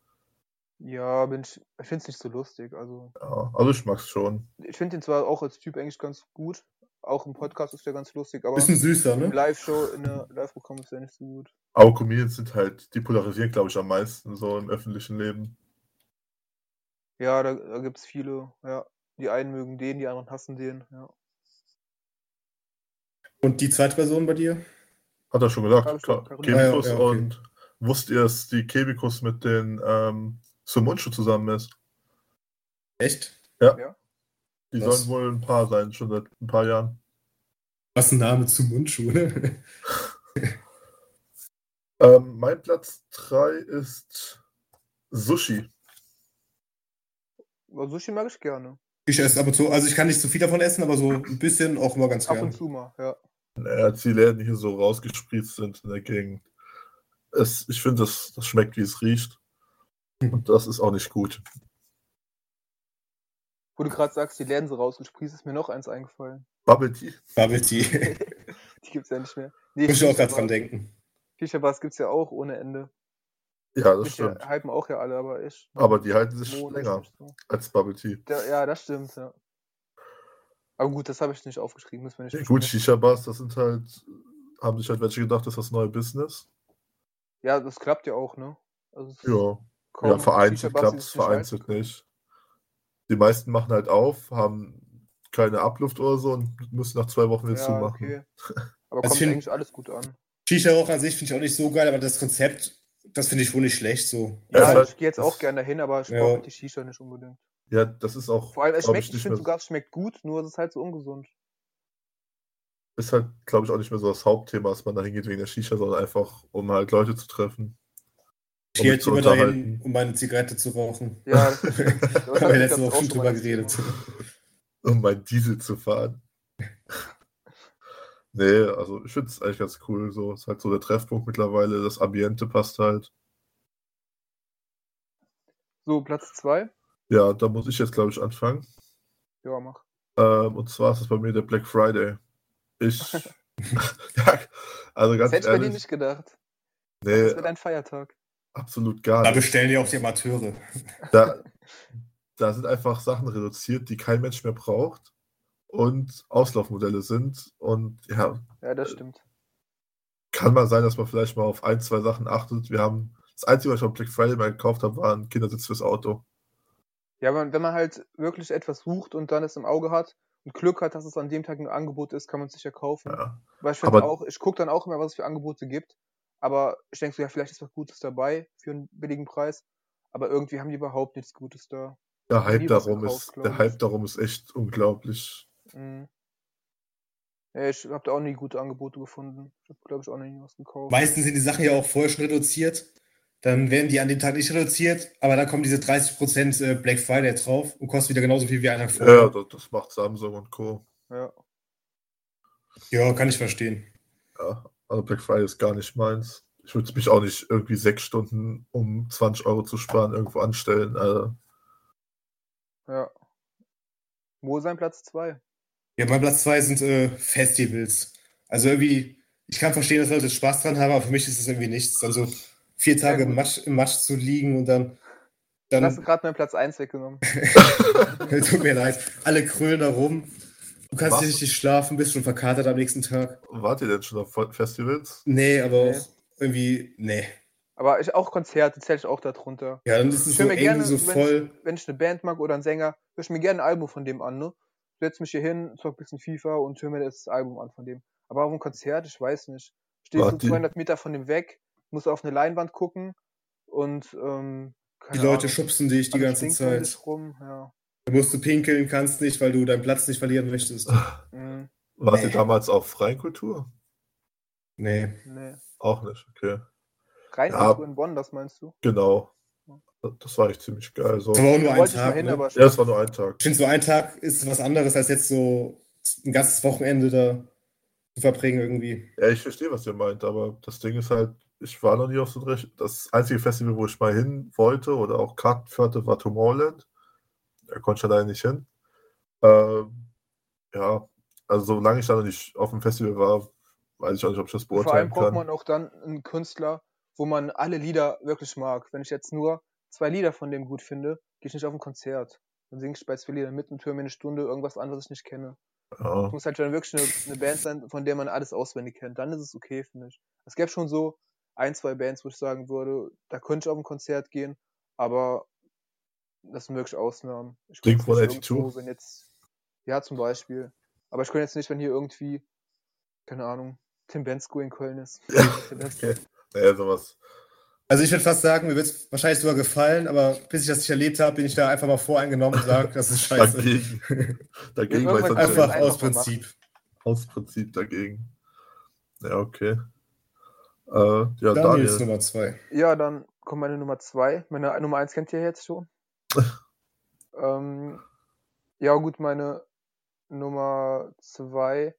Ja, bin ich, ich finde es nicht so lustig. Also, Ja, also ich mag's schon. ich finde ihn zwar auch als Typ eigentlich ganz gut. Auch im Podcast ist er ganz lustig, aber Bisschen süßer, im ne? Live-Show, in der Live-Programm ist er nicht so gut. Aber Comedians sind halt, die polarisieren, glaube ich, am meisten so im öffentlichen Leben. Ja, da, da gibt es viele. Ja, die einen mögen den, die anderen hassen den. Ja. Und die zweite Person bei dir? Hat er schon gesagt. Hab ich schon, Karin- Kebikus Ah, ja, ja, okay. und wusst ihr, dass die Kebikus mit den ähm, Sumunchu zusammen ist? Echt? Die Was? sollen wohl ein Paar sein, schon seit ein paar Jahren. Was ein Name zu Mundschuh, ne? Ähm, mein Platz 3 ist Sushi. Aber Sushi mag ich gerne. [LAUGHS] Ich esse ab und zu, also ich kann nicht zu viel davon essen, aber so ein bisschen auch immer ganz Ab und gerne. zu mal, ja. Naja, als Äh, die Läden hier so rausgespritzt sind in der Gegend. Es, ich finde, das, das schmeckt, wie es riecht. Und das ist auch nicht gut. Wo du gerade sagst, die Läden so rausgesprießt, ist mir noch eins eingefallen. Bubble Tea. Bubble [LAUGHS] Tea. Die gibt's ja nicht mehr. Nee, Muss ich auch gerade dran denken. Shisha-Bars gibt's ja auch ohne Ende. Ja, das Mich stimmt. ja, hypen auch ja alle, aber ich. Aber die halten sich Mo, das länger ist so. als Bubble Tea. Da, ja, das stimmt, ja. Aber gut, das habe ich nicht aufgeschrieben, müssen wir nicht. Ja, gut, Shisha-Bars, das sind halt, haben sich halt welche gedacht, das ist das neue Business. Ja, das klappt ja auch, ne? Also, es Ja, kommen ja vereinzelt Shisha-Bars, klappt die es, sich nicht vereinzelt halten können. nicht. Die meisten machen halt auf, haben keine Abluft oder so und müssen nach zwei Wochen wieder Ja, zumachen. okay. [LAUGHS] Aber Also kommt ich- eigentlich alles gut an. Shisha auch an sich finde ich auch nicht so geil, aber das Konzept, das finde ich wohl nicht schlecht. So. Ja, Ja, aber- ich gehe jetzt auch gerne dahin, aber ich Ja. brauche die Shisha nicht unbedingt. Ja, das ist auch, Vor allem, es glaub schmeckt, ich, finde mehr, sogar, es schmeckt gut, nur es ist halt so [LAUGHS] ungesund. ist halt, glaube ich, auch nicht mehr so das Hauptthema, dass man da hingeht wegen der Shisha, sondern einfach, um halt Leute zu treffen. Ich gehe mich jetzt zu immer dahin, unterhalten. um meine Zigarette zu rauchen. Ja, das [LAUGHS] stimmt. Da haben wir letzte Woche schon drüber geredet. um mein Diesel zu fahren. [LAUGHS] nee, also ich finde es eigentlich ganz cool. So ist halt so der Treffpunkt mittlerweile. Das Ambiente passt halt. So, Platz 2. Ja, da muss ich jetzt, glaube ich, anfangen. Ja, mach. Ähm, und zwar ist es bei mir der Black Friday. [LAUGHS] Ich. [LAUGHS] ja, also Das ganz hätte ich bei dir ehrlich, äh, nicht ne? gedacht. nee, Das wird ein Feiertag. absolut gar Da nicht. bestellen ja auch die Amateure. Da, da sind einfach Sachen reduziert, die kein Mensch mehr braucht und Auslaufmodelle sind. Und ja, Ja, äh, das stimmt. kann mal sein, dass man vielleicht mal auf ein, zwei Sachen achtet. Wir haben das Einzige, was ich am Black Friday mal gekauft habe, war ein Kindersitz fürs Auto. Ja, man, wenn man halt wirklich etwas sucht und dann es im Auge hat und Glück hat, dass es an dem Tag ein Angebot ist, kann man es sicher kaufen. Ja. Weil ich finde Aber- auch, ich gucke dann auch immer, was es für Angebote gibt. Aber ich denke so, ja, vielleicht ist was Gutes dabei für einen billigen Preis. Aber irgendwie haben die überhaupt nichts Gutes da. Der Hype Nie was darum gekauft, ist, glaub der ich. Hype darum ist echt unglaublich. Mhm. Ja, ich habe da auch nie gute Angebote gefunden. Ich habe, glaube ich, auch noch nie was gekauft. Meistens sind die Sachen ja auch vorher schon reduziert. Dann werden die an dem Tag nicht reduziert, aber dann kommen diese 30% äh, Black Friday drauf und kosten wieder genauso viel wie einer Ja, vorher. das, das macht Samsung und Co. ja. Ja, kann ich verstehen. Ja, also Black Friday ist gar nicht meins. Ich würde mich auch nicht irgendwie sechs Stunden, um 20 Euro zu sparen, irgendwo anstellen. Also, ja. Wo ist sein Platz 2? Ja, mein Platz zwei sind äh, Festivals. Also irgendwie, ich kann verstehen, dass Leute Spaß dran haben, aber für mich ist das irgendwie nichts. Dann so vier Tage im gut. Matsch, im Matsch zu liegen und dann, Du dann hast gerade meinen Platz 1 [LAUGHS] weggenommen. [LAUGHS] tut mir leid, alle krölen da rum. Du kannst Was? nicht richtig schlafen, bist schon verkatert am nächsten Tag. wart ihr denn schon auf Fe- Festivals? Nee, aber Nee. auch irgendwie, nee. Aber ich, auch Konzerte zähle ich auch darunter. Ja, dann ist es Ich so höre mir eng, gerne, so wenn, voll. ich, wenn ich eine Band mag oder einen Sänger, höre ich mir gerne ein Album von dem an, ne? Setz mich hier hin, zock ein bisschen FIFA und höre mir das Album an von dem. Aber auf ein Konzert, ich weiß nicht. Stehst du Warte. 200 Meter von dem weg, musst auf eine Leinwand gucken und, ähm, Die keine Leute Ahnung, schubsen dich die alle ganze stinken um Zeit. dich Rum, ja. Du musst du pinkeln, kannst nicht, weil du deinen Platz nicht verlieren möchtest. Mhm, Wart Nee. ihr damals auf Freikultur? Nee. nee. Auch nicht, okay. Rheinkultur in Bonn, das meinst du? Genau. Das war echt ziemlich geil. So. Das war auch nur Da ein wollte ich mal Tag. hin, ne? aber Ja, das war nur ein Tag. Ich finde, so ein Tag ist was anderes, als jetzt so ein ganzes Wochenende da zu verbringen irgendwie. Ja, ich verstehe, was ihr meint, aber das Ding ist halt, ich war noch nie auf so ein recht. Das einzige Festival, wo ich mal hin wollte oder auch Karten für hatte, war Tomorrowland. Da konnte ich ja leider nicht hin. Ähm, ja, also solange ich da noch nicht auf dem Festival war, weiß ich auch nicht, ob ich das Und Vor allem beurteilen braucht kann. man auch dann einen Künstler, wo man alle Lieder wirklich mag. Wenn ich jetzt nur zwei Lieder von dem gut finde, gehe ich nicht auf ein Konzert. Dann singe ich bei zwei Liedern mit und höre mir eine Stunde irgendwas an, was ich nicht kenne. Ja. Es muss halt dann wirklich eine, eine Band sein, von der man alles auswendig kennt. Dann ist es okay, finde ich. Es gäbe schon so ein, zwei Bands, wo ich sagen würde, da könnte ich auf ein Konzert gehen, aber das sind wirklich Ausnahmen. Ich könnte jetzt nicht 182? irgendwo, wenn jetzt, ja, zum Beispiel. Aber ich könnte jetzt nicht, wenn hier irgendwie, keine Ahnung, Tim Bensko in Köln ist. Tim Bensko. Okay. Naja, sowas. Also ich würde fast sagen, mir wird es wahrscheinlich sogar gefallen, aber bis ich das nicht erlebt habe, bin ich da einfach mal voreingenommen und sage, das ist [LAUGHS] scheiße. Dagegen. [LAUGHS] dagegen Ja, war ich irgendwann- natürlich Einfach Einfach aus mal Prinzip. aus Prinzip dagegen. Ja, okay. Äh, ja, Daniels Daniel. Nummer zwei. Ja, dann kommt [LAUGHS] meine Nummer zwei. Meine Nummer eins kennt ihr jetzt schon. ähm, Ja, gut, meine Nummer zwei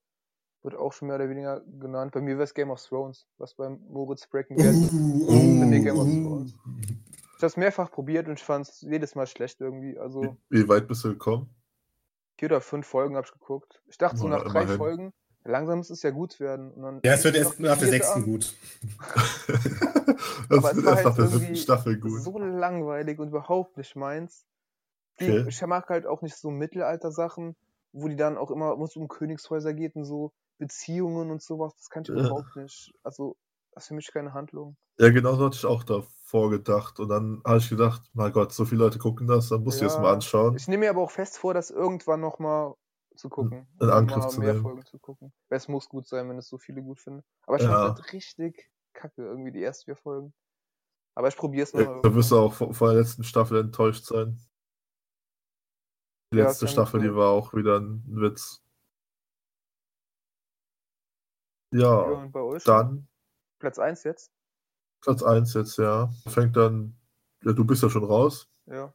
wird auch schon mehr oder weniger genannt. Bei mir wäre es Game of Thrones, was beim Moritz Breaking Bad [LAUGHS] ist. Bei mir uh. Game of Thrones. Ich habe es mehrfach probiert und ich fand es jedes Mal schlecht irgendwie. Also Wie, wie weit bist [LAUGHS] du gekommen? vier oder fünf Folgen habe ich geguckt. Ich dachte so Na, nach drei immerhin. Folgen, langsam muss es ja gut werden. Und dann Ja, es wird noch erst nach der vierte sechsten an. gut. das Aber es wird war erst nach halt der siebten irgendwie Staffel gut. So langweilig und überhaupt nicht meins. Die- Okay. Ich mag halt auch nicht so Mittelalter-Sachen, wo die dann auch immer, wo es um Königshäuser geht und so Beziehungen und sowas. Das kann ich Ja. überhaupt nicht. Also, das ist für mich keine Handlung. Ja, genau so hatte ich auch davor gedacht. Und dann habe ich gedacht, mein Gott, so viele Leute gucken das, dann musst du es Ja. mal anschauen. Ich nehme mir aber auch fest vor, das irgendwann nochmal zu gucken. Hm, In Angriff Mal zu mehr nehmen. Folgen zu gucken. Weil es muss gut sein, wenn es so viele gut finden. Aber ich fand Ja. es halt richtig kacke, irgendwie die ersten vier Folgen. Aber ich probiere es Ja, nochmal. da wirst du auch von von der letzten Staffel enttäuscht sein. Die Ja, letzte kann Staffel, die sein. war auch wieder ein Witz. Ja, und bei euch? dann Platz 1 jetzt? Platz 1 jetzt, ja. Fängt dann, ja, du bist ja schon raus, Ja.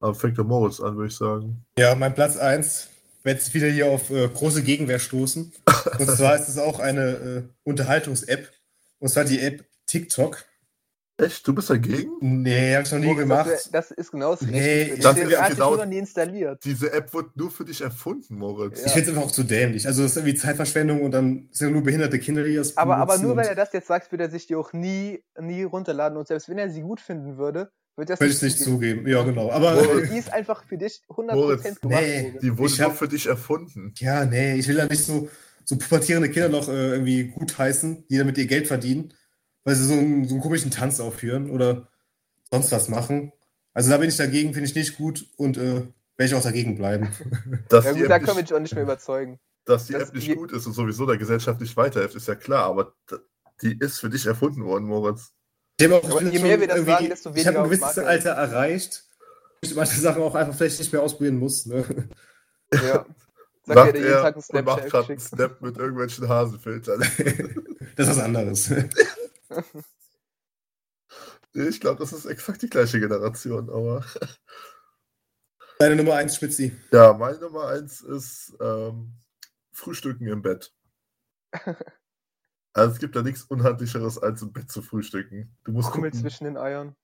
aber fängt der Moritz an, würde ich sagen. Ja, mein Platz 1 wird jetzt wieder hier auf äh, große Gegenwehr stoßen. Und zwar ist es auch eine äh, Unterhaltungs-App. Und zwar die App TikTok. Echt? Du bist dagegen? Nee, habe ich noch nie Moritz, gemacht. Das, wär- das ist genau das Nee, Richtige. das Das ist ja hat sich genau- nur noch nie installiert. Diese App wurde nur für dich erfunden, Moritz. Ja. Ich finde es einfach auch zu dämlich. Also, das ist irgendwie Zeitverschwendung und dann sind ja nur behinderte Kinder, die das Aber, aber benutzen nur und- weil er das jetzt sagt, wird er sich die auch nie, nie runterladen. Und selbst wenn er sie gut finden würde, wird er es Würde ich nicht zugeben. Ja, genau. Aber Moritz. Also, Die ist einfach für dich 100% Moritz, gemacht. nee, Moritz. Die wurde Ich nur hab- für dich erfunden. ja, nee, ich will ja nicht so, so pubertierende Kinder noch äh, irgendwie gutheißen, die damit ihr Geld verdienen, weil sie so einen, so einen komischen Tanz aufführen oder sonst was machen. Also da bin ich dagegen, finde ich nicht gut und äh, werde ich auch dagegen bleiben. Dass Ja die gut, App da nicht- können wir dich auch nicht mehr überzeugen. dass die Das- App nicht die- gut ist und sowieso der Gesellschaft nicht weiterhilft, ist ja klar, aber d- die ist für dich erfunden worden, Moritz. Ich hab auch, Aber ich bin je schon mehr wir das irgendwie- sagen, desto Ich habe weniger ein gewisses mag er. Alter erreicht, wo ich manche Sachen auch einfach vielleicht nicht mehr ausprobieren muss. Ne? Ja. Sagt er, der jeden er Tag einen und macht Snapchat gerade einen schickt. Snap mit irgendwelchen Hasenfiltern. [LAUGHS] Das ist was anderes. [LAUGHS] Ich glaube, das ist exakt die gleiche Generation, aber. Deine Nummer 1, Spitzi. Ja, meine Nummer eins ist ähm, Frühstücken im Bett. Also es gibt da nichts Unhandlicheres, als im Bett zu frühstücken. Du musst Kummel gucken, zwischen den Eiern.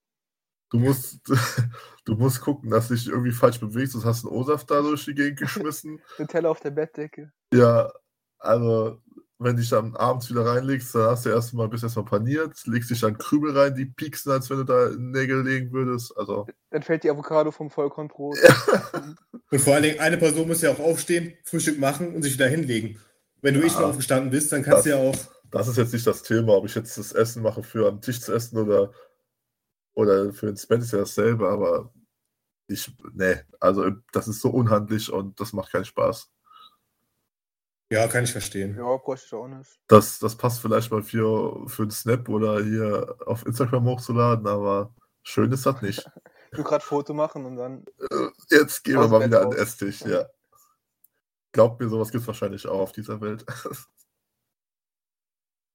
du musst, [LAUGHS] du musst gucken, dass du dich irgendwie falsch bewegst, sonst hast du einen O-Saft da durch die Gegend geschmissen. Eine Teller auf der Bettdecke. Ja, also wenn dich dann abends wieder reinlegst, dann hast du erstmal, bist erstmal paniert, legst dich dann Krümel rein, die pieksen, als wenn du da Nägel legen würdest. Also, Dann fällt die Avocado vom Vollkornbrot. Und vor allen Dingen, eine Person muss ja auch aufstehen, Frühstück machen und sich wieder hinlegen. Wenn du eh Ah. schon Ja. aufgestanden bist, dann kannst du ja auch. das ist jetzt nicht das Thema, ob ich jetzt das Essen mache für am Tisch zu essen oder, oder für ins Bett ist ja dasselbe, aber ich, nee, also das ist so unhandlich und das macht keinen Spaß. Ja, kann ich verstehen. Ja, bräuchte ich auch nicht. Das, das passt vielleicht mal für, für einen Snap oder hier auf Instagram hochzuladen, aber schön ist das nicht. Du gerade Foto machen und dann Äh, Jetzt gehen wir Aus mal dem wieder an Bett den Esstisch, Ja. ja. Glaubt mir, sowas gibt es wahrscheinlich auch auf dieser Welt. [LAUGHS]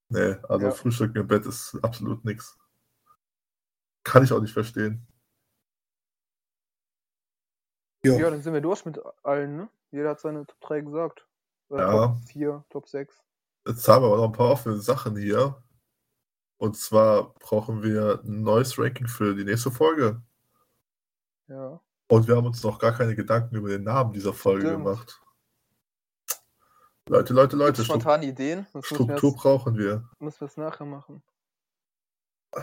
nee, also Ja. Frühstück im Bett ist absolut nichts. Kann ich auch nicht verstehen. Jo. Ja, dann sind wir durch mit allen, ne? Jeder hat seine Top 3 gesagt. Oder Ja. Top 4, Top 6. Jetzt haben wir aber noch ein paar offene Sachen hier. Und zwar brauchen wir ein neues Ranking für die nächste Folge. Ja. Und wir haben uns noch gar keine Gedanken über den Namen dieser Folge Stimmt. gemacht. Leute, Leute, Leute, Stru Spontane Ideen. Sonst müssen wir Struktur es- brauchen wir. müssen wir es nachher machen.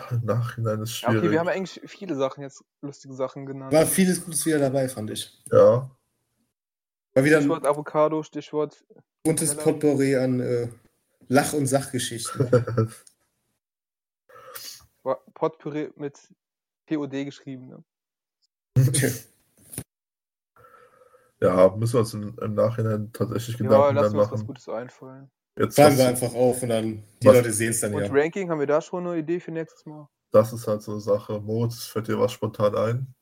Im Nachhinein ist Ja, okay, schwierig. wir haben eigentlich viele Sachen jetzt, lustige Sachen genannt. War vieles Gutes wieder dabei, fand ich. ja. War wieder ein Stichwort Avocado, Stichwort. buntes Potpourri an äh, Lach- und [LAUGHS] Sachgeschichten. war Potpourri mit POD geschrieben, ne? Okay. [LAUGHS] Ja, müssen wir uns im, im Nachhinein tatsächlich Ja, Gedanken dann lassen wir uns was machen. Gutes einfallen. Jetzt Schreiben wir was, einfach auf und dann die Was- Leute sehen es dann Und ja. Ranking, haben wir da schon eine Idee für nächstes Mal? das ist halt so eine Sache. Moritz, fällt dir was spontan ein?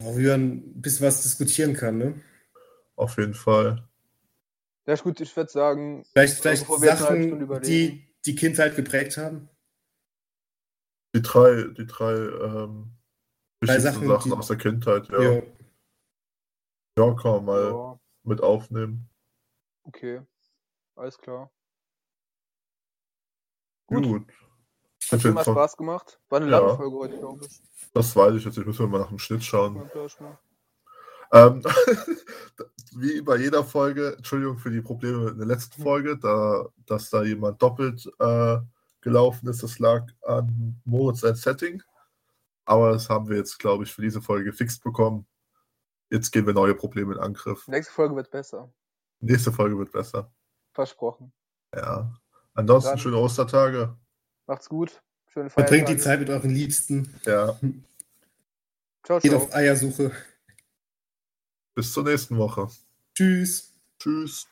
Worüber ein bisschen was diskutieren kann, ne? Auf jeden Fall. Ja, ist gut, ich würde sagen, Vielleicht, vielleicht bevor wir jetzt eine halbe Stunde Sachen, überlegen. die die Kindheit geprägt haben. Die drei, die drei ähm, wichtigsten Sachen, Sachen die- aus der Kindheit, ja. Ja. Ja, kann man mal Ja, mit aufnehmen. okay. Alles klar. Gut. Gut. Auf Hat jeden schon mal Fall. Spaß gemacht. War eine Ja. lange Folge heute, glaube ich. Das weiß ich jetzt. Ich muss mir mal nach dem Schnitt schauen. Mein Fleisch mal. Ähm, [LAUGHS] wie bei jeder Folge, Entschuldigung für die Probleme in der letzten Folge, da, dass da jemand doppelt äh, gelaufen ist, das lag an Moritz als Setting. Aber das haben wir jetzt, glaube ich, für diese Folge gefixt bekommen. Jetzt gehen wir neue Probleme in Angriff. Nächste Folge wird besser. Nächste Folge wird besser. Versprochen. Ja. Ansonsten Dann- schöne Ostertage. Macht's gut. Schöne Verbringt die Feiertage. Zeit mit euren Liebsten. Ja. Ciao, Geht ciao. auf Eiersuche. Bis zur nächsten Woche. Tschüss. Tschüss.